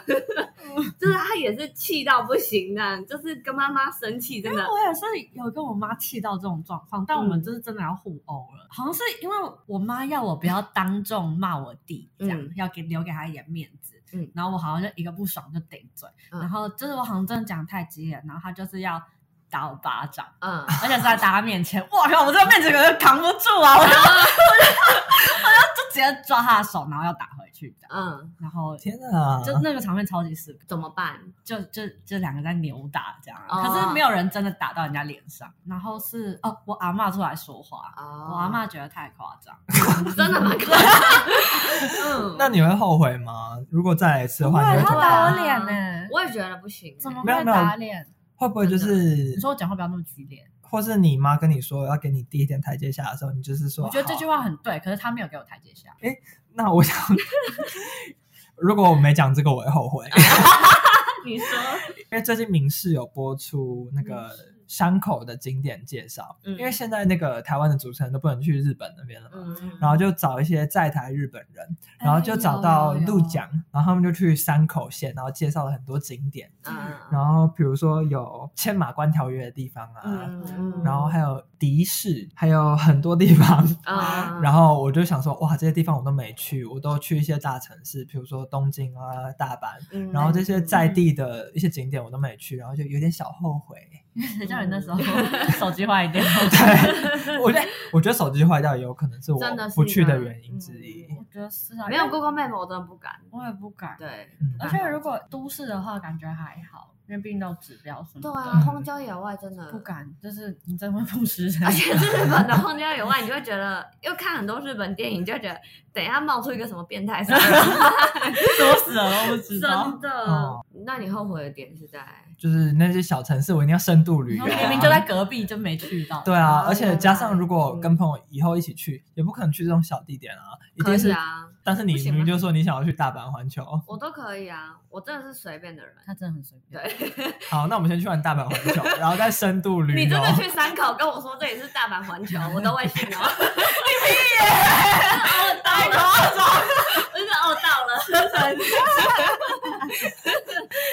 [SPEAKER 4] 就是他也是气到不行的，就是跟妈妈生气，真的
[SPEAKER 3] 我也是有跟我妈气到这种状况，但我们就是真的要互殴了。好像是因为我妈要我不要当众骂我弟，这样、
[SPEAKER 4] 嗯
[SPEAKER 3] 要给留给他一点面子。
[SPEAKER 4] 嗯
[SPEAKER 3] 然后我好像就一个不爽就顶嘴，
[SPEAKER 4] 嗯
[SPEAKER 3] 然后就是我好像真的讲太激烈，然后他就是要打我巴掌，
[SPEAKER 4] 嗯。
[SPEAKER 3] 而且是在大家面前，哇靠！我这个面子可是扛不住啊，我就 我就就直接抓他的手，然后要打回去这样，
[SPEAKER 4] 嗯，
[SPEAKER 3] 然后
[SPEAKER 2] 天哪！
[SPEAKER 3] 就那个场面超级撕逼
[SPEAKER 4] 怎么办？
[SPEAKER 3] 就就就两个在扭打这样，
[SPEAKER 4] 哦
[SPEAKER 3] 可是没有人真的打到人家脸上。然后是哦，我阿嬷出来说话，
[SPEAKER 4] 哦
[SPEAKER 3] 我阿嬷觉得太夸张，
[SPEAKER 4] 真的蛮可爱的。嗯，
[SPEAKER 2] 那你会后悔吗？如果再来一次的
[SPEAKER 3] 不
[SPEAKER 2] 话，
[SPEAKER 3] 会
[SPEAKER 2] 你
[SPEAKER 3] 她
[SPEAKER 2] 会
[SPEAKER 4] 对
[SPEAKER 3] 打我
[SPEAKER 4] 啊
[SPEAKER 3] 脸呢
[SPEAKER 4] 我也觉得不行。
[SPEAKER 3] 怎么
[SPEAKER 2] 没有
[SPEAKER 3] 会
[SPEAKER 2] 没有
[SPEAKER 3] 打脸？
[SPEAKER 2] 会不会就
[SPEAKER 4] 真的
[SPEAKER 2] 是
[SPEAKER 3] 你说我讲话不要那么激烈，
[SPEAKER 2] 或是你妈跟你说要给你第一点台阶下的时候，你就是说，
[SPEAKER 3] 我觉得这句
[SPEAKER 2] 好。
[SPEAKER 3] 话很对，可是他没有给我台阶 下。
[SPEAKER 2] 那我想，如果我没讲这个，我会后 悔，
[SPEAKER 4] 你说？
[SPEAKER 2] 因为最近明视有播出那个山口的景点介绍，
[SPEAKER 4] 嗯
[SPEAKER 2] 因为现在那个台湾的主持人都不能去日本那边了嘛。
[SPEAKER 4] 嗯，
[SPEAKER 2] 然后就找一些在台日本人，然
[SPEAKER 4] 哎
[SPEAKER 2] 后就找到鹿
[SPEAKER 3] 角，
[SPEAKER 2] 港，然后他们就去山口县，然后介绍了很多景点，
[SPEAKER 4] 嗯
[SPEAKER 2] 然后比如说有签马关条约的地方啊，
[SPEAKER 4] 嗯
[SPEAKER 2] 然后还有迪士，还有很多地方。
[SPEAKER 4] 啊，
[SPEAKER 2] 然后我就想说，哇，这些地方我都没去，我都去一些大城市，比如说东京啊、大阪，
[SPEAKER 4] 嗯
[SPEAKER 2] 然后这些在地的一些景点我都没去，然后就有点小后悔。
[SPEAKER 3] 谁叫你那时候手机坏掉？
[SPEAKER 2] 对，我觉得我觉得手机坏掉也有可能是我
[SPEAKER 4] 真的是
[SPEAKER 2] 不去
[SPEAKER 4] 吗
[SPEAKER 2] 的原因之一。
[SPEAKER 3] 我觉得是啊，
[SPEAKER 4] 没有 Google Map 我真的不敢。
[SPEAKER 3] 我也不敢。
[SPEAKER 4] 对，
[SPEAKER 2] 嗯
[SPEAKER 3] 而且如果都市的话，感觉还好，因为毕竟都有指标什么
[SPEAKER 4] 对
[SPEAKER 3] 的。
[SPEAKER 4] 啊，荒郊野外真的
[SPEAKER 3] 不。敢，就是你真的会不食人
[SPEAKER 4] 而且是日本的荒郊野外，你就会觉得，又看很多日本电影，就会觉得等一下冒出一个什么变态杀 人，
[SPEAKER 3] 作死了都不知道。
[SPEAKER 4] 真的
[SPEAKER 2] 哦。
[SPEAKER 4] 那你后悔的点是在？
[SPEAKER 2] 就是那些小城市，我一定要深度旅
[SPEAKER 3] 然
[SPEAKER 2] 游、
[SPEAKER 3] 后
[SPEAKER 2] 啊。
[SPEAKER 3] 明明就在隔壁，就没去到。
[SPEAKER 2] 对啊
[SPEAKER 4] 哦，
[SPEAKER 2] 而且加上如果
[SPEAKER 4] 嗯
[SPEAKER 2] 跟朋友以后一起去，也不可能去这种小地点啊，一
[SPEAKER 4] 可
[SPEAKER 2] 定
[SPEAKER 4] 以
[SPEAKER 2] 是。
[SPEAKER 4] 啊，
[SPEAKER 2] 但是你
[SPEAKER 4] 不行
[SPEAKER 2] 明
[SPEAKER 4] 吗
[SPEAKER 2] 明就说你想要去大阪环球，
[SPEAKER 4] 我都可以啊，我真的是随便的人。
[SPEAKER 3] 他真的很随便。
[SPEAKER 4] 对，
[SPEAKER 2] 好，那我们先去完大阪环球，然后再深度旅游。
[SPEAKER 4] 你真的去山口跟我说这里是大阪 环球，我都会信哦。你 屁耶！哦，到了，我就是哦，到了。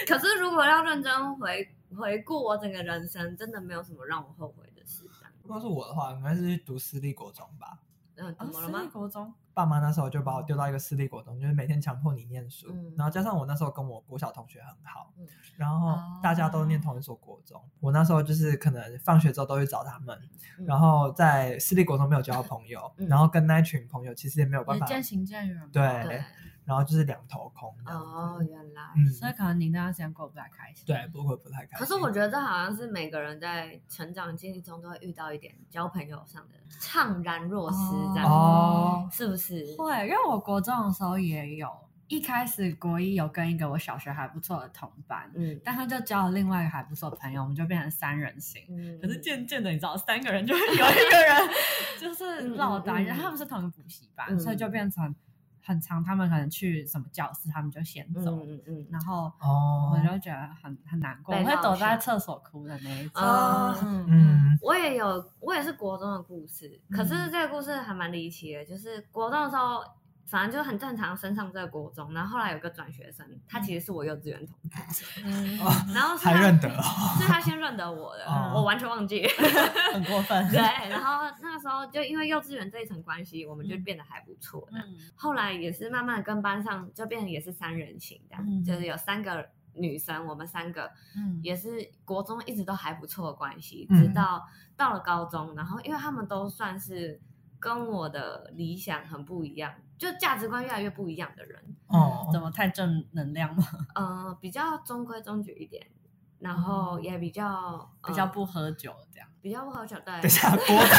[SPEAKER 4] 可是如果要认真回回顾我整个人生，真的没有什么让我后悔的事。这样
[SPEAKER 2] 如果是我的话，应该是去读私立国中吧。
[SPEAKER 4] 嗯，
[SPEAKER 3] 啊
[SPEAKER 4] 怎么了
[SPEAKER 3] 私立
[SPEAKER 4] 吗？
[SPEAKER 3] 国中，
[SPEAKER 2] 爸妈那时候就把我丢到一个私立国中，就是每天强迫你念书。
[SPEAKER 4] 嗯
[SPEAKER 2] 然后加上我那时候跟我国小同学很好，
[SPEAKER 4] 嗯哦
[SPEAKER 2] 然后大家都念同一所国中。我那时候就是可能放学之后都去找他们，
[SPEAKER 4] 嗯
[SPEAKER 2] 哦然后在私立国中没有交到朋友，
[SPEAKER 4] 嗯
[SPEAKER 2] 然后跟那一群朋友其实也没有办
[SPEAKER 3] 也
[SPEAKER 2] 法，
[SPEAKER 3] 渐行渐远。
[SPEAKER 2] 对，
[SPEAKER 4] 对，
[SPEAKER 2] 然后就是两头空这样子。
[SPEAKER 4] 哦，原来。
[SPEAKER 2] 哎嗯，
[SPEAKER 3] 所以可能你那段时间过得不太开心。
[SPEAKER 2] 对，不会不太开心。
[SPEAKER 4] 可是我觉得这好像是每个人在成长经历中都会遇到一点交朋友上的怅然若失，这样、
[SPEAKER 2] 哦
[SPEAKER 4] 是不是？
[SPEAKER 3] 会，因为我国中的时候也有，一开始国一有跟一个我小学还不错的同班，
[SPEAKER 4] 嗯
[SPEAKER 3] 但他就交了另外一个还不错的朋友，我们就变成三人行。
[SPEAKER 4] 嗯
[SPEAKER 3] 可是渐渐的，你知道，三个人就会有一 个人就是
[SPEAKER 4] 嗯
[SPEAKER 3] 落单，
[SPEAKER 4] 嗯
[SPEAKER 3] 因为他们是同一个补习班，
[SPEAKER 4] 嗯
[SPEAKER 3] 所以就变成很长。他们可能去什么教室，他们就先
[SPEAKER 4] 嗯
[SPEAKER 3] 走，
[SPEAKER 4] 嗯嗯
[SPEAKER 3] 然后
[SPEAKER 2] 哦
[SPEAKER 3] 我，就觉得很很难过，
[SPEAKER 4] 被
[SPEAKER 3] 我会
[SPEAKER 4] 落
[SPEAKER 3] 躲在
[SPEAKER 4] 下
[SPEAKER 3] 厕所哭的那一种。
[SPEAKER 4] 啊
[SPEAKER 3] 嗯嗯，
[SPEAKER 2] 嗯
[SPEAKER 4] 我也有，我也是国中的故事，可是
[SPEAKER 3] 嗯
[SPEAKER 4] 这个故事还蛮离奇的，就是国中的时候，反正就很正常升上这个国中。然后后来有个转学生，他其实是我幼稚园同学，
[SPEAKER 3] 嗯，
[SPEAKER 4] 然后是
[SPEAKER 2] 还
[SPEAKER 4] 他
[SPEAKER 2] 认得哦，
[SPEAKER 4] 是他先认得我的，
[SPEAKER 2] 哦
[SPEAKER 4] 我完全忘 记。
[SPEAKER 5] 很过分。
[SPEAKER 4] 对，然后那时候就因为幼稚园这一层关系，我们就变得还不错。那
[SPEAKER 3] 嗯
[SPEAKER 4] 后来也是慢慢的跟班上就变成也是三人行这样，
[SPEAKER 3] 嗯
[SPEAKER 4] 就是有三个女生，我们三个
[SPEAKER 3] 嗯
[SPEAKER 4] 也是国中一直都还不错的关系，
[SPEAKER 2] 嗯
[SPEAKER 4] 直到到了高中，然后因为他们都算是跟我的理想很不一样，就价值观越来越不一样的人，
[SPEAKER 2] 哦
[SPEAKER 5] 怎么太正能量吗？
[SPEAKER 4] 呃，比较中规中矩一点，然后也比较、呃
[SPEAKER 5] 比较不喝酒这样。
[SPEAKER 4] 比较不喝酒，对
[SPEAKER 2] 等一，下，国中呢？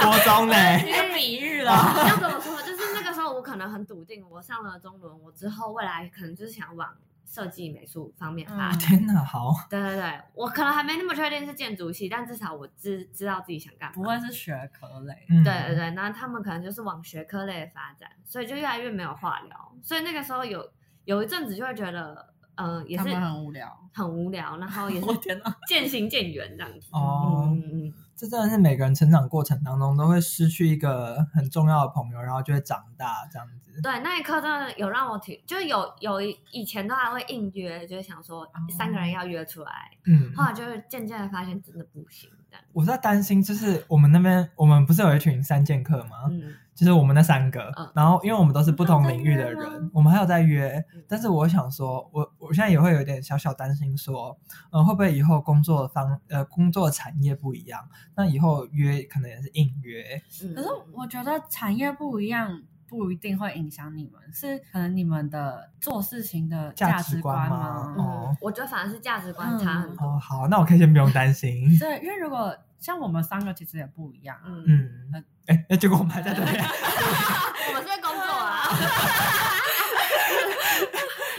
[SPEAKER 2] 国中呢？
[SPEAKER 5] 一个比喻啦，
[SPEAKER 4] 要怎么说？就是那个时候我可能很笃定，我上了中伦，我之后未来可能就是想往设计美术方面发展。
[SPEAKER 2] 天哪，好，
[SPEAKER 4] 对对对，我可能还没那么确定是建筑系，但至少我知知道自己想干嘛。
[SPEAKER 5] 不会是学科类。
[SPEAKER 2] 嗯，
[SPEAKER 4] 对对对，那他们可能就是往学科类发展，所以就越来越没有话聊。所以那个时候有有一阵子就会觉得，呃，也
[SPEAKER 3] 他
[SPEAKER 4] 是
[SPEAKER 3] 们很无聊，
[SPEAKER 4] 很无聊，然后也是
[SPEAKER 5] 我天哪！
[SPEAKER 4] 渐行渐远这样子。
[SPEAKER 2] 哦
[SPEAKER 4] 嗯嗯嗯，
[SPEAKER 2] 这真的是每个人成长过程当中都会失去一个很重要的朋友，然后就会长大这样子。
[SPEAKER 4] 对，那一刻真的有让我挺，就是有有一以前都还会硬约，就是想说三个人要约出来，
[SPEAKER 2] 嗯，
[SPEAKER 4] 后来就是渐渐的发现真的不行这样。
[SPEAKER 2] 我在担心，就是我们那边我们不是有一群三剑客吗？
[SPEAKER 4] 嗯，
[SPEAKER 2] 就是我们那三个，
[SPEAKER 4] 嗯
[SPEAKER 2] 然后因为我们都是不同领域哦的
[SPEAKER 4] 还有在约吗
[SPEAKER 2] 人，我们还有在约
[SPEAKER 4] 嗯，
[SPEAKER 2] 但是我想说，我我现在也会有点小小担心，说，嗯、会不会以后工作方呃工作产业不一样，那以后约可能也是硬约，
[SPEAKER 4] 嗯
[SPEAKER 3] 可是我觉得产业不一样，不一定会影响你们，是可能你们的做事情的
[SPEAKER 2] 价值
[SPEAKER 3] 值
[SPEAKER 2] 观
[SPEAKER 3] 观
[SPEAKER 2] 吗
[SPEAKER 3] 吗？
[SPEAKER 2] 哦
[SPEAKER 4] 嗯，我觉得反而是价值观差很多。
[SPEAKER 2] 哦，好，那我可以先不用担 心，
[SPEAKER 3] 对，嗯因为如果像我们三个其实也不一样啊，
[SPEAKER 4] 嗯，
[SPEAKER 2] 嗯，哎，那结果我们还在这 边，
[SPEAKER 4] 我们是在工作啊。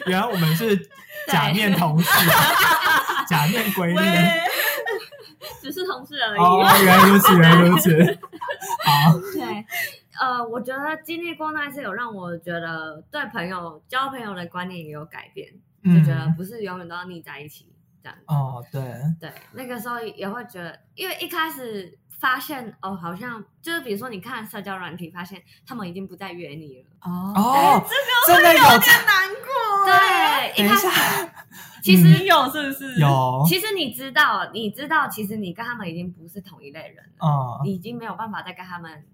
[SPEAKER 2] 原来我们是假面同事，假面闺蜜，
[SPEAKER 4] 只是同事而已。
[SPEAKER 2] 哦，原来如此，原来如 此，好，
[SPEAKER 4] 对，呃，我觉得经历过那一次，有让我觉得对朋友交朋友的观念也有改变，就觉得
[SPEAKER 2] 嗯，
[SPEAKER 4] 不是永远都要腻在一起这样。
[SPEAKER 2] 哦，对，
[SPEAKER 4] 对，那个时候也会觉得，因为一开始发现哦，好像就是比如说你看社交软体，发现他们已经不再约你了。
[SPEAKER 3] 哦，
[SPEAKER 2] 哦，这个真的有差，哦
[SPEAKER 4] 对，
[SPEAKER 2] 等
[SPEAKER 4] 一
[SPEAKER 2] 一
[SPEAKER 4] 开始
[SPEAKER 2] 下， 嗯
[SPEAKER 4] 其实
[SPEAKER 5] 你有是不是？
[SPEAKER 2] 有，
[SPEAKER 4] 其实你知道，你知道，其实你跟他们已经不是同一类人了，
[SPEAKER 2] 哦，
[SPEAKER 4] 你已经没有办法再跟他们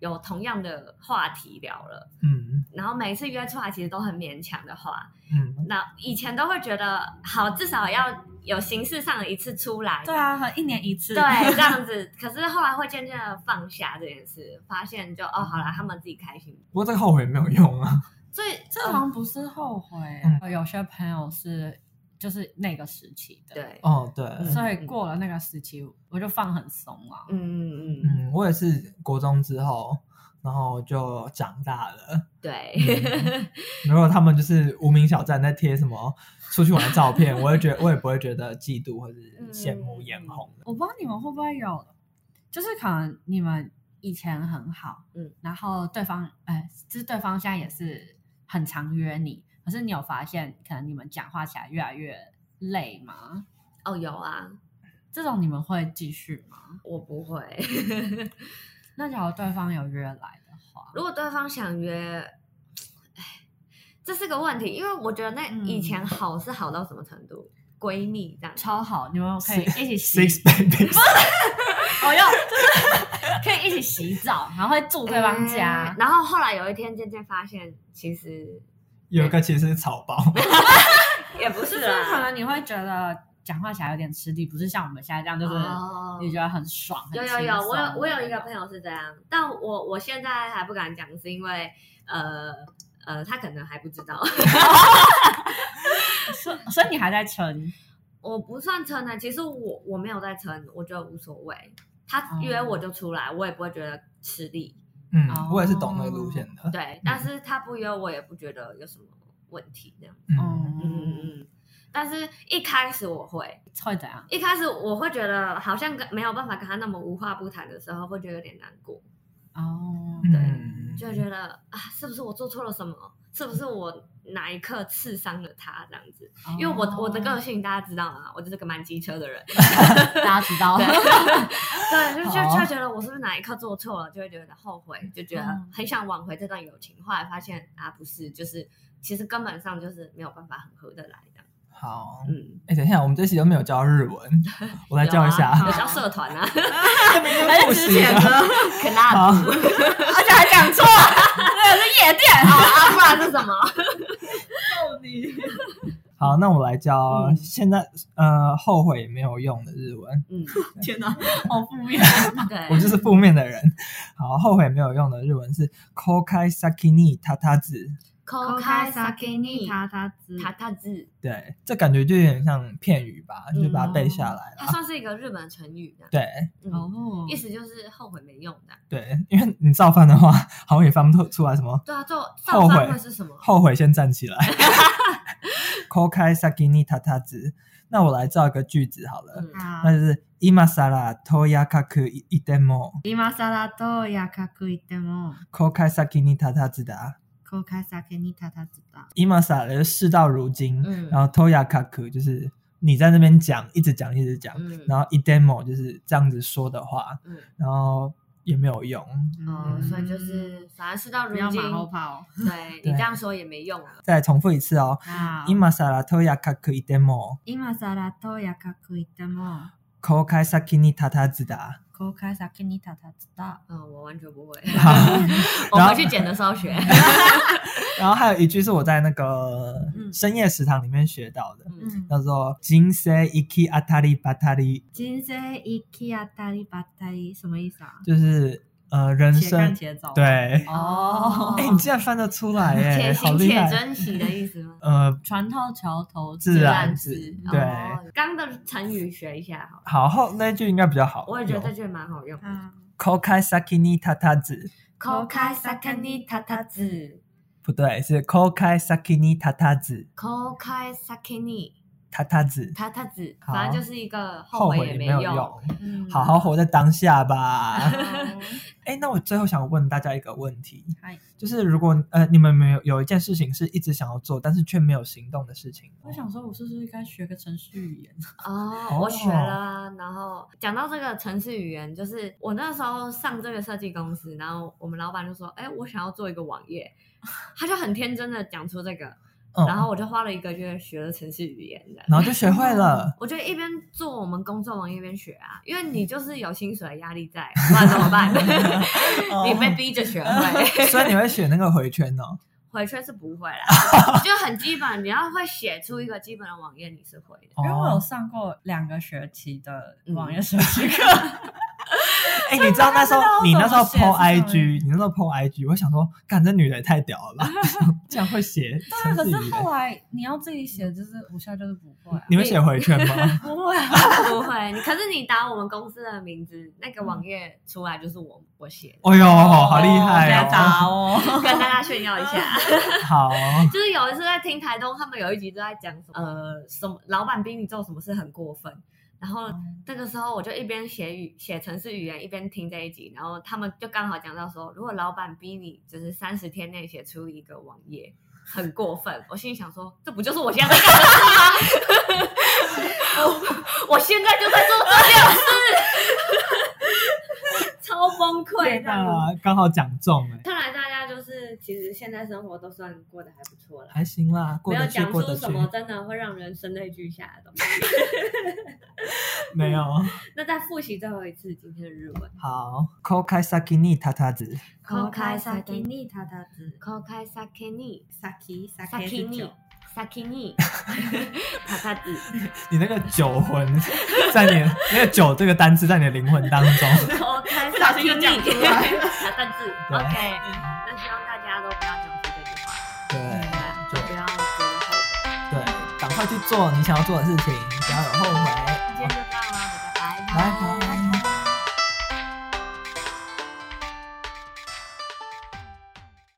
[SPEAKER 4] 有同样的话题聊了。
[SPEAKER 2] 嗯
[SPEAKER 4] 然后每一次约出来其实都很勉强的话，
[SPEAKER 2] 嗯，
[SPEAKER 4] 那以前都会觉得好，至少要有形式上的一次出来，
[SPEAKER 3] 对啊，很一年一次，
[SPEAKER 4] 对，这样子。可是后来会渐渐的放下这件事，发现就哦，好啦，他们自己开心。
[SPEAKER 2] 不过这个后悔没有用啊，
[SPEAKER 4] 所以 哦
[SPEAKER 3] 这好像不是后悔，呃
[SPEAKER 2] 嗯
[SPEAKER 3] 有些朋友是就是那个时期的，，
[SPEAKER 4] 对，
[SPEAKER 2] 哦，对，
[SPEAKER 3] 嗯所以过了那个时期，我就放很松了。
[SPEAKER 4] 嗯嗯嗯，
[SPEAKER 2] 嗯，我也是国中之后，然后就长大了。
[SPEAKER 4] 对，
[SPEAKER 2] 如果他们就是无名小站在贴什么出去玩的照片，我也觉得我也不会觉得嫉妒或者是羡慕眼红的。
[SPEAKER 3] 我不知道你们会不会有，就是可能你们以前很好，
[SPEAKER 4] 嗯，
[SPEAKER 3] 然后对方，哎，就是对方现在也是很常约你，可是你有发现，可能你们讲话起来越来越累吗？
[SPEAKER 4] 哦，有啊，
[SPEAKER 3] 这种你们会继续吗？
[SPEAKER 4] 我不会。
[SPEAKER 3] 那假如对方有约来的话，
[SPEAKER 4] 如果对方想约，哎，这是个问题，因为我觉得那
[SPEAKER 3] 嗯
[SPEAKER 4] 以前好是好到什么程度？闺蜜这样，
[SPEAKER 3] 超好，你们可以一起洗，
[SPEAKER 2] Six babies，
[SPEAKER 3] 哦哟，就是可以一起洗澡，然后会住对方家
[SPEAKER 4] 哎，然后后来有一天渐渐发现，其实
[SPEAKER 2] 有一个其实是草包，
[SPEAKER 4] 也不
[SPEAKER 3] 就是是可
[SPEAKER 4] 啦。
[SPEAKER 3] 能你会觉得讲话起来有点吃力，不是像我们现在这样，就是
[SPEAKER 4] 哦
[SPEAKER 3] 你觉得很爽。
[SPEAKER 4] 有
[SPEAKER 3] 很
[SPEAKER 4] 有
[SPEAKER 3] 轻
[SPEAKER 4] 有，
[SPEAKER 3] 松
[SPEAKER 4] 我有我有一个朋友是这样，但我我现在还不敢讲，是因为呃呃，他可能还不知道，
[SPEAKER 3] 所以所以你还在撑，
[SPEAKER 4] 我不算撑的，其实我我没有在撑，我觉得无所谓。他约我就出来，我也不会觉得吃力，
[SPEAKER 2] 嗯
[SPEAKER 3] 哦，
[SPEAKER 2] 我也是懂那个路线的。
[SPEAKER 3] 嗯
[SPEAKER 4] 对。但是他不约我也不觉得有什么问题，这样。
[SPEAKER 2] 嗯，
[SPEAKER 4] 嗯嗯
[SPEAKER 3] 嗯，
[SPEAKER 4] 嗯。但是一开始我会，
[SPEAKER 3] 会怎样？
[SPEAKER 4] 一开始我会觉得好像跟没有办法跟他那么无话不谈的时候，会觉得有点难过。
[SPEAKER 3] 哦，
[SPEAKER 2] 嗯
[SPEAKER 4] 对就会觉得啊，是不是我做错了什么？是不是我哪一刻刺伤了他这样子？因为我
[SPEAKER 2] 哦
[SPEAKER 4] 我的个性大家知道吗？我就是个蛮机车的 人，
[SPEAKER 6] 大家知道，
[SPEAKER 4] 对，就就
[SPEAKER 6] 好
[SPEAKER 4] 就觉得我是不是哪一刻做错了，就会觉得后悔，就觉得
[SPEAKER 6] 嗯
[SPEAKER 4] 很想挽回这段友情。后来发现啊，不是，就是其实根本上就是没有办法很合得来这样。
[SPEAKER 2] 好，
[SPEAKER 4] 嗯，
[SPEAKER 2] 哎、等一下，我们这期都没有教日文，我来教一下。
[SPEAKER 4] 有叫社团 啊，
[SPEAKER 2] 还是之前呢？
[SPEAKER 6] 可拉
[SPEAKER 2] 好，
[SPEAKER 6] 而且还讲错，
[SPEAKER 4] 啊，不然是什么？
[SPEAKER 2] 好，那我来教
[SPEAKER 4] 嗯
[SPEAKER 2] 现在、呃后悔没有用的日文。
[SPEAKER 4] 嗯，
[SPEAKER 5] 天哪，好负面。
[SPEAKER 4] 对，
[SPEAKER 2] 我就是负面的 人。好，后悔没有用的日文是 “kokai sakini tatazu”。
[SPEAKER 4] 口
[SPEAKER 6] 开
[SPEAKER 4] 开
[SPEAKER 6] 撒
[SPEAKER 4] 撒
[SPEAKER 6] 给
[SPEAKER 4] 给
[SPEAKER 6] 你
[SPEAKER 4] 你
[SPEAKER 6] 塔
[SPEAKER 4] 塔
[SPEAKER 6] 塔兹，
[SPEAKER 4] 塔塔字，
[SPEAKER 2] 对，这感觉就有点像片语吧，
[SPEAKER 4] 嗯
[SPEAKER 2] 就把它背下来
[SPEAKER 4] 它
[SPEAKER 2] 了。
[SPEAKER 4] 算是一个日本成语的，
[SPEAKER 2] 对
[SPEAKER 4] 嗯，
[SPEAKER 5] 哦
[SPEAKER 4] 意思就是后悔没用的。
[SPEAKER 2] 对，因为你造饭的话，好像也翻不出来什么。
[SPEAKER 4] 对啊，做
[SPEAKER 2] 后
[SPEAKER 4] 上饭
[SPEAKER 2] 悔
[SPEAKER 4] 会是什么？
[SPEAKER 2] 后悔先站起 来。kokai sakini tatazu。那我来造一个句子好了，
[SPEAKER 4] 嗯，
[SPEAKER 6] 好
[SPEAKER 2] 那，就是“今さらとやかくいても
[SPEAKER 6] 今さらとやかく言っても、
[SPEAKER 2] kokai sakini tatazu だ。
[SPEAKER 6] 後悔先にたたずだ。
[SPEAKER 2] 今撒的事到如今，
[SPEAKER 4] 嗯
[SPEAKER 2] 然后 toya kaku 就是你在那边讲，一直讲，一直讲，
[SPEAKER 4] 嗯
[SPEAKER 2] 然后 i demo 就是这样子说的话，
[SPEAKER 4] 嗯
[SPEAKER 2] 然后也没有用。
[SPEAKER 4] 哦，所以就是反而事到如
[SPEAKER 5] 嗯不要
[SPEAKER 4] 今
[SPEAKER 5] 马，后炮
[SPEAKER 4] 对你
[SPEAKER 2] 对
[SPEAKER 4] 这样说也没用啊了。
[SPEAKER 2] 再来重复一次哦，
[SPEAKER 5] 啊！
[SPEAKER 2] 今撒ら toya kaku i demo
[SPEAKER 6] 今さらとやかく言っても、
[SPEAKER 2] 公開先に立たずだ。
[SPEAKER 6] 後悔先にたたずだ。
[SPEAKER 4] 嗯，我完全不会，
[SPEAKER 2] 好，
[SPEAKER 4] 我
[SPEAKER 2] 然后
[SPEAKER 4] 回去捡的时候学。
[SPEAKER 2] 然后还有一句是我在那个
[SPEAKER 4] 嗯
[SPEAKER 2] 深夜食堂里面学到的，
[SPEAKER 4] 嗯，
[SPEAKER 2] 叫做人生一きあたりばたり，
[SPEAKER 6] 人生一気当たりばったり什么意思啊？
[SPEAKER 2] 就是呃人
[SPEAKER 5] 且看
[SPEAKER 2] 生
[SPEAKER 5] 且走。
[SPEAKER 2] 对。
[SPEAKER 5] 哦
[SPEAKER 2] 哎、，你竟然翻得出来 哎、
[SPEAKER 4] 且
[SPEAKER 2] 好
[SPEAKER 4] 行
[SPEAKER 2] 厉
[SPEAKER 4] 且
[SPEAKER 2] 害！
[SPEAKER 4] 珍惜的意思吗？
[SPEAKER 2] 呃，
[SPEAKER 5] 船到桥头
[SPEAKER 2] 自然
[SPEAKER 4] 自
[SPEAKER 2] 之
[SPEAKER 4] 然之
[SPEAKER 2] 对。
[SPEAKER 4] 哦刚的成语学一下好
[SPEAKER 2] 好
[SPEAKER 4] 了，
[SPEAKER 2] 后那句应该比较好用，
[SPEAKER 4] 我也觉得这句蛮好用的。
[SPEAKER 6] 啊，
[SPEAKER 2] 口开 sakini tatazi
[SPEAKER 4] 口开撒看你塔塔子，
[SPEAKER 2] 不对，是口开 sakini tatazi
[SPEAKER 4] 口开撒看你
[SPEAKER 2] tatazi，
[SPEAKER 4] 塔塔子，
[SPEAKER 2] 好
[SPEAKER 4] 反正就是一个
[SPEAKER 2] 后
[SPEAKER 4] 悔也
[SPEAKER 2] 没
[SPEAKER 4] 没
[SPEAKER 2] 有
[SPEAKER 4] 用。
[SPEAKER 2] 用，
[SPEAKER 4] 嗯
[SPEAKER 2] 好好活在当下吧。
[SPEAKER 6] 哦
[SPEAKER 2] 哎，那我最后想问大家一个问题
[SPEAKER 5] 嗨，
[SPEAKER 2] 就是如果呃你们没有有一件事情是一直想要做，但是却没有行动的事情，
[SPEAKER 5] 我想说，我是不是该学个程序语言？
[SPEAKER 4] 哦，我学了啊。然后讲到这个城市语言，就是我那时候上这个设计公司，然后我们老板就说：“哎，我想要做一个网页。” 他就很天真的讲出这个，
[SPEAKER 2] 嗯，
[SPEAKER 4] 然后我就花了一个月学了城市语言的。
[SPEAKER 2] 然后就学会了，
[SPEAKER 4] 我就一边做我们工作网页一边学啊，因为你就是有薪水的压力在，不然怎么办？ 你被逼着 学会，
[SPEAKER 2] 所以你会选那个回圈哦。
[SPEAKER 4] 回圈是不会啦，就很基本，你要会写出一个基本的网页，你是会的。
[SPEAKER 5] 因为我有
[SPEAKER 2] 哦，
[SPEAKER 5] 上过两个学期的
[SPEAKER 4] 嗯
[SPEAKER 5] 网页设计课，
[SPEAKER 2] 哎，你知道那时候
[SPEAKER 5] 我
[SPEAKER 2] 你
[SPEAKER 5] 真
[SPEAKER 2] 那
[SPEAKER 5] 的
[SPEAKER 2] 时候
[SPEAKER 5] 不知道怎么
[SPEAKER 2] PO
[SPEAKER 5] 写
[SPEAKER 2] IG，你那时候 PO IG，我想说，干这女的也太屌了 吧，这样会写
[SPEAKER 5] 但
[SPEAKER 2] 城
[SPEAKER 5] 啊可
[SPEAKER 2] 市语
[SPEAKER 5] 是
[SPEAKER 2] 言。
[SPEAKER 5] 后来你要自己写，就是我现在就是不会啊。
[SPEAKER 2] 你会写回圈吗？
[SPEAKER 5] 不会啊，
[SPEAKER 4] 不会，你可是你打我们公司的名字，那个网页出来就是我我写
[SPEAKER 2] 哎呦，
[SPEAKER 5] 哦
[SPEAKER 2] 好厉害
[SPEAKER 5] 别打
[SPEAKER 2] 哦！
[SPEAKER 5] 哦！
[SPEAKER 4] 的，跟大家炫耀一下。
[SPEAKER 2] 好，
[SPEAKER 4] 就是有一次在听台东，他们有一集就在讲什么，呃，什么老板逼你做什么事很过分。然后这个时候我就一边写语写程式语言，一边听这一集。然后他们就刚好讲到说，如果老板逼你就是三十天内写出一个网页，很过分。我心里想说，这不就是我现在在干的事吗？ 我我现在就在做这件 事，超崩溃。这样子
[SPEAKER 2] 那啊刚好讲中哎，
[SPEAKER 4] 看来大家就是其实现在生活都算过得还不错啦。
[SPEAKER 2] 还行啦，过
[SPEAKER 4] 没有
[SPEAKER 2] 得去，
[SPEAKER 4] 讲
[SPEAKER 2] 过
[SPEAKER 4] 出
[SPEAKER 2] 得去
[SPEAKER 4] 什，么真的会让人声泪俱下的东西。
[SPEAKER 2] 没有
[SPEAKER 4] 那再复习最后一次今天的日文。
[SPEAKER 2] 好。口开 sakini 塔塔子，
[SPEAKER 6] 後悔先にたたず。
[SPEAKER 4] 口开萨克尼，
[SPEAKER 6] 先
[SPEAKER 4] 萨克
[SPEAKER 6] 先
[SPEAKER 4] 尼
[SPEAKER 6] に。，
[SPEAKER 4] 萨克尼，塔塔子，
[SPEAKER 2] 你那个酒魂 在你那个酒这个单词在你的灵魂当 中。
[SPEAKER 4] 口开
[SPEAKER 5] 小
[SPEAKER 4] 萨克
[SPEAKER 5] 心就
[SPEAKER 4] 尼，
[SPEAKER 5] 讲出来
[SPEAKER 4] 塔塔子。
[SPEAKER 2] 对
[SPEAKER 4] OK，那希望大家都不要讲出这句话，
[SPEAKER 2] 对
[SPEAKER 4] 对吧
[SPEAKER 2] 对
[SPEAKER 4] 不要觉得后悔。
[SPEAKER 2] 对，赶快去做你想要做的事情，不要有后悔。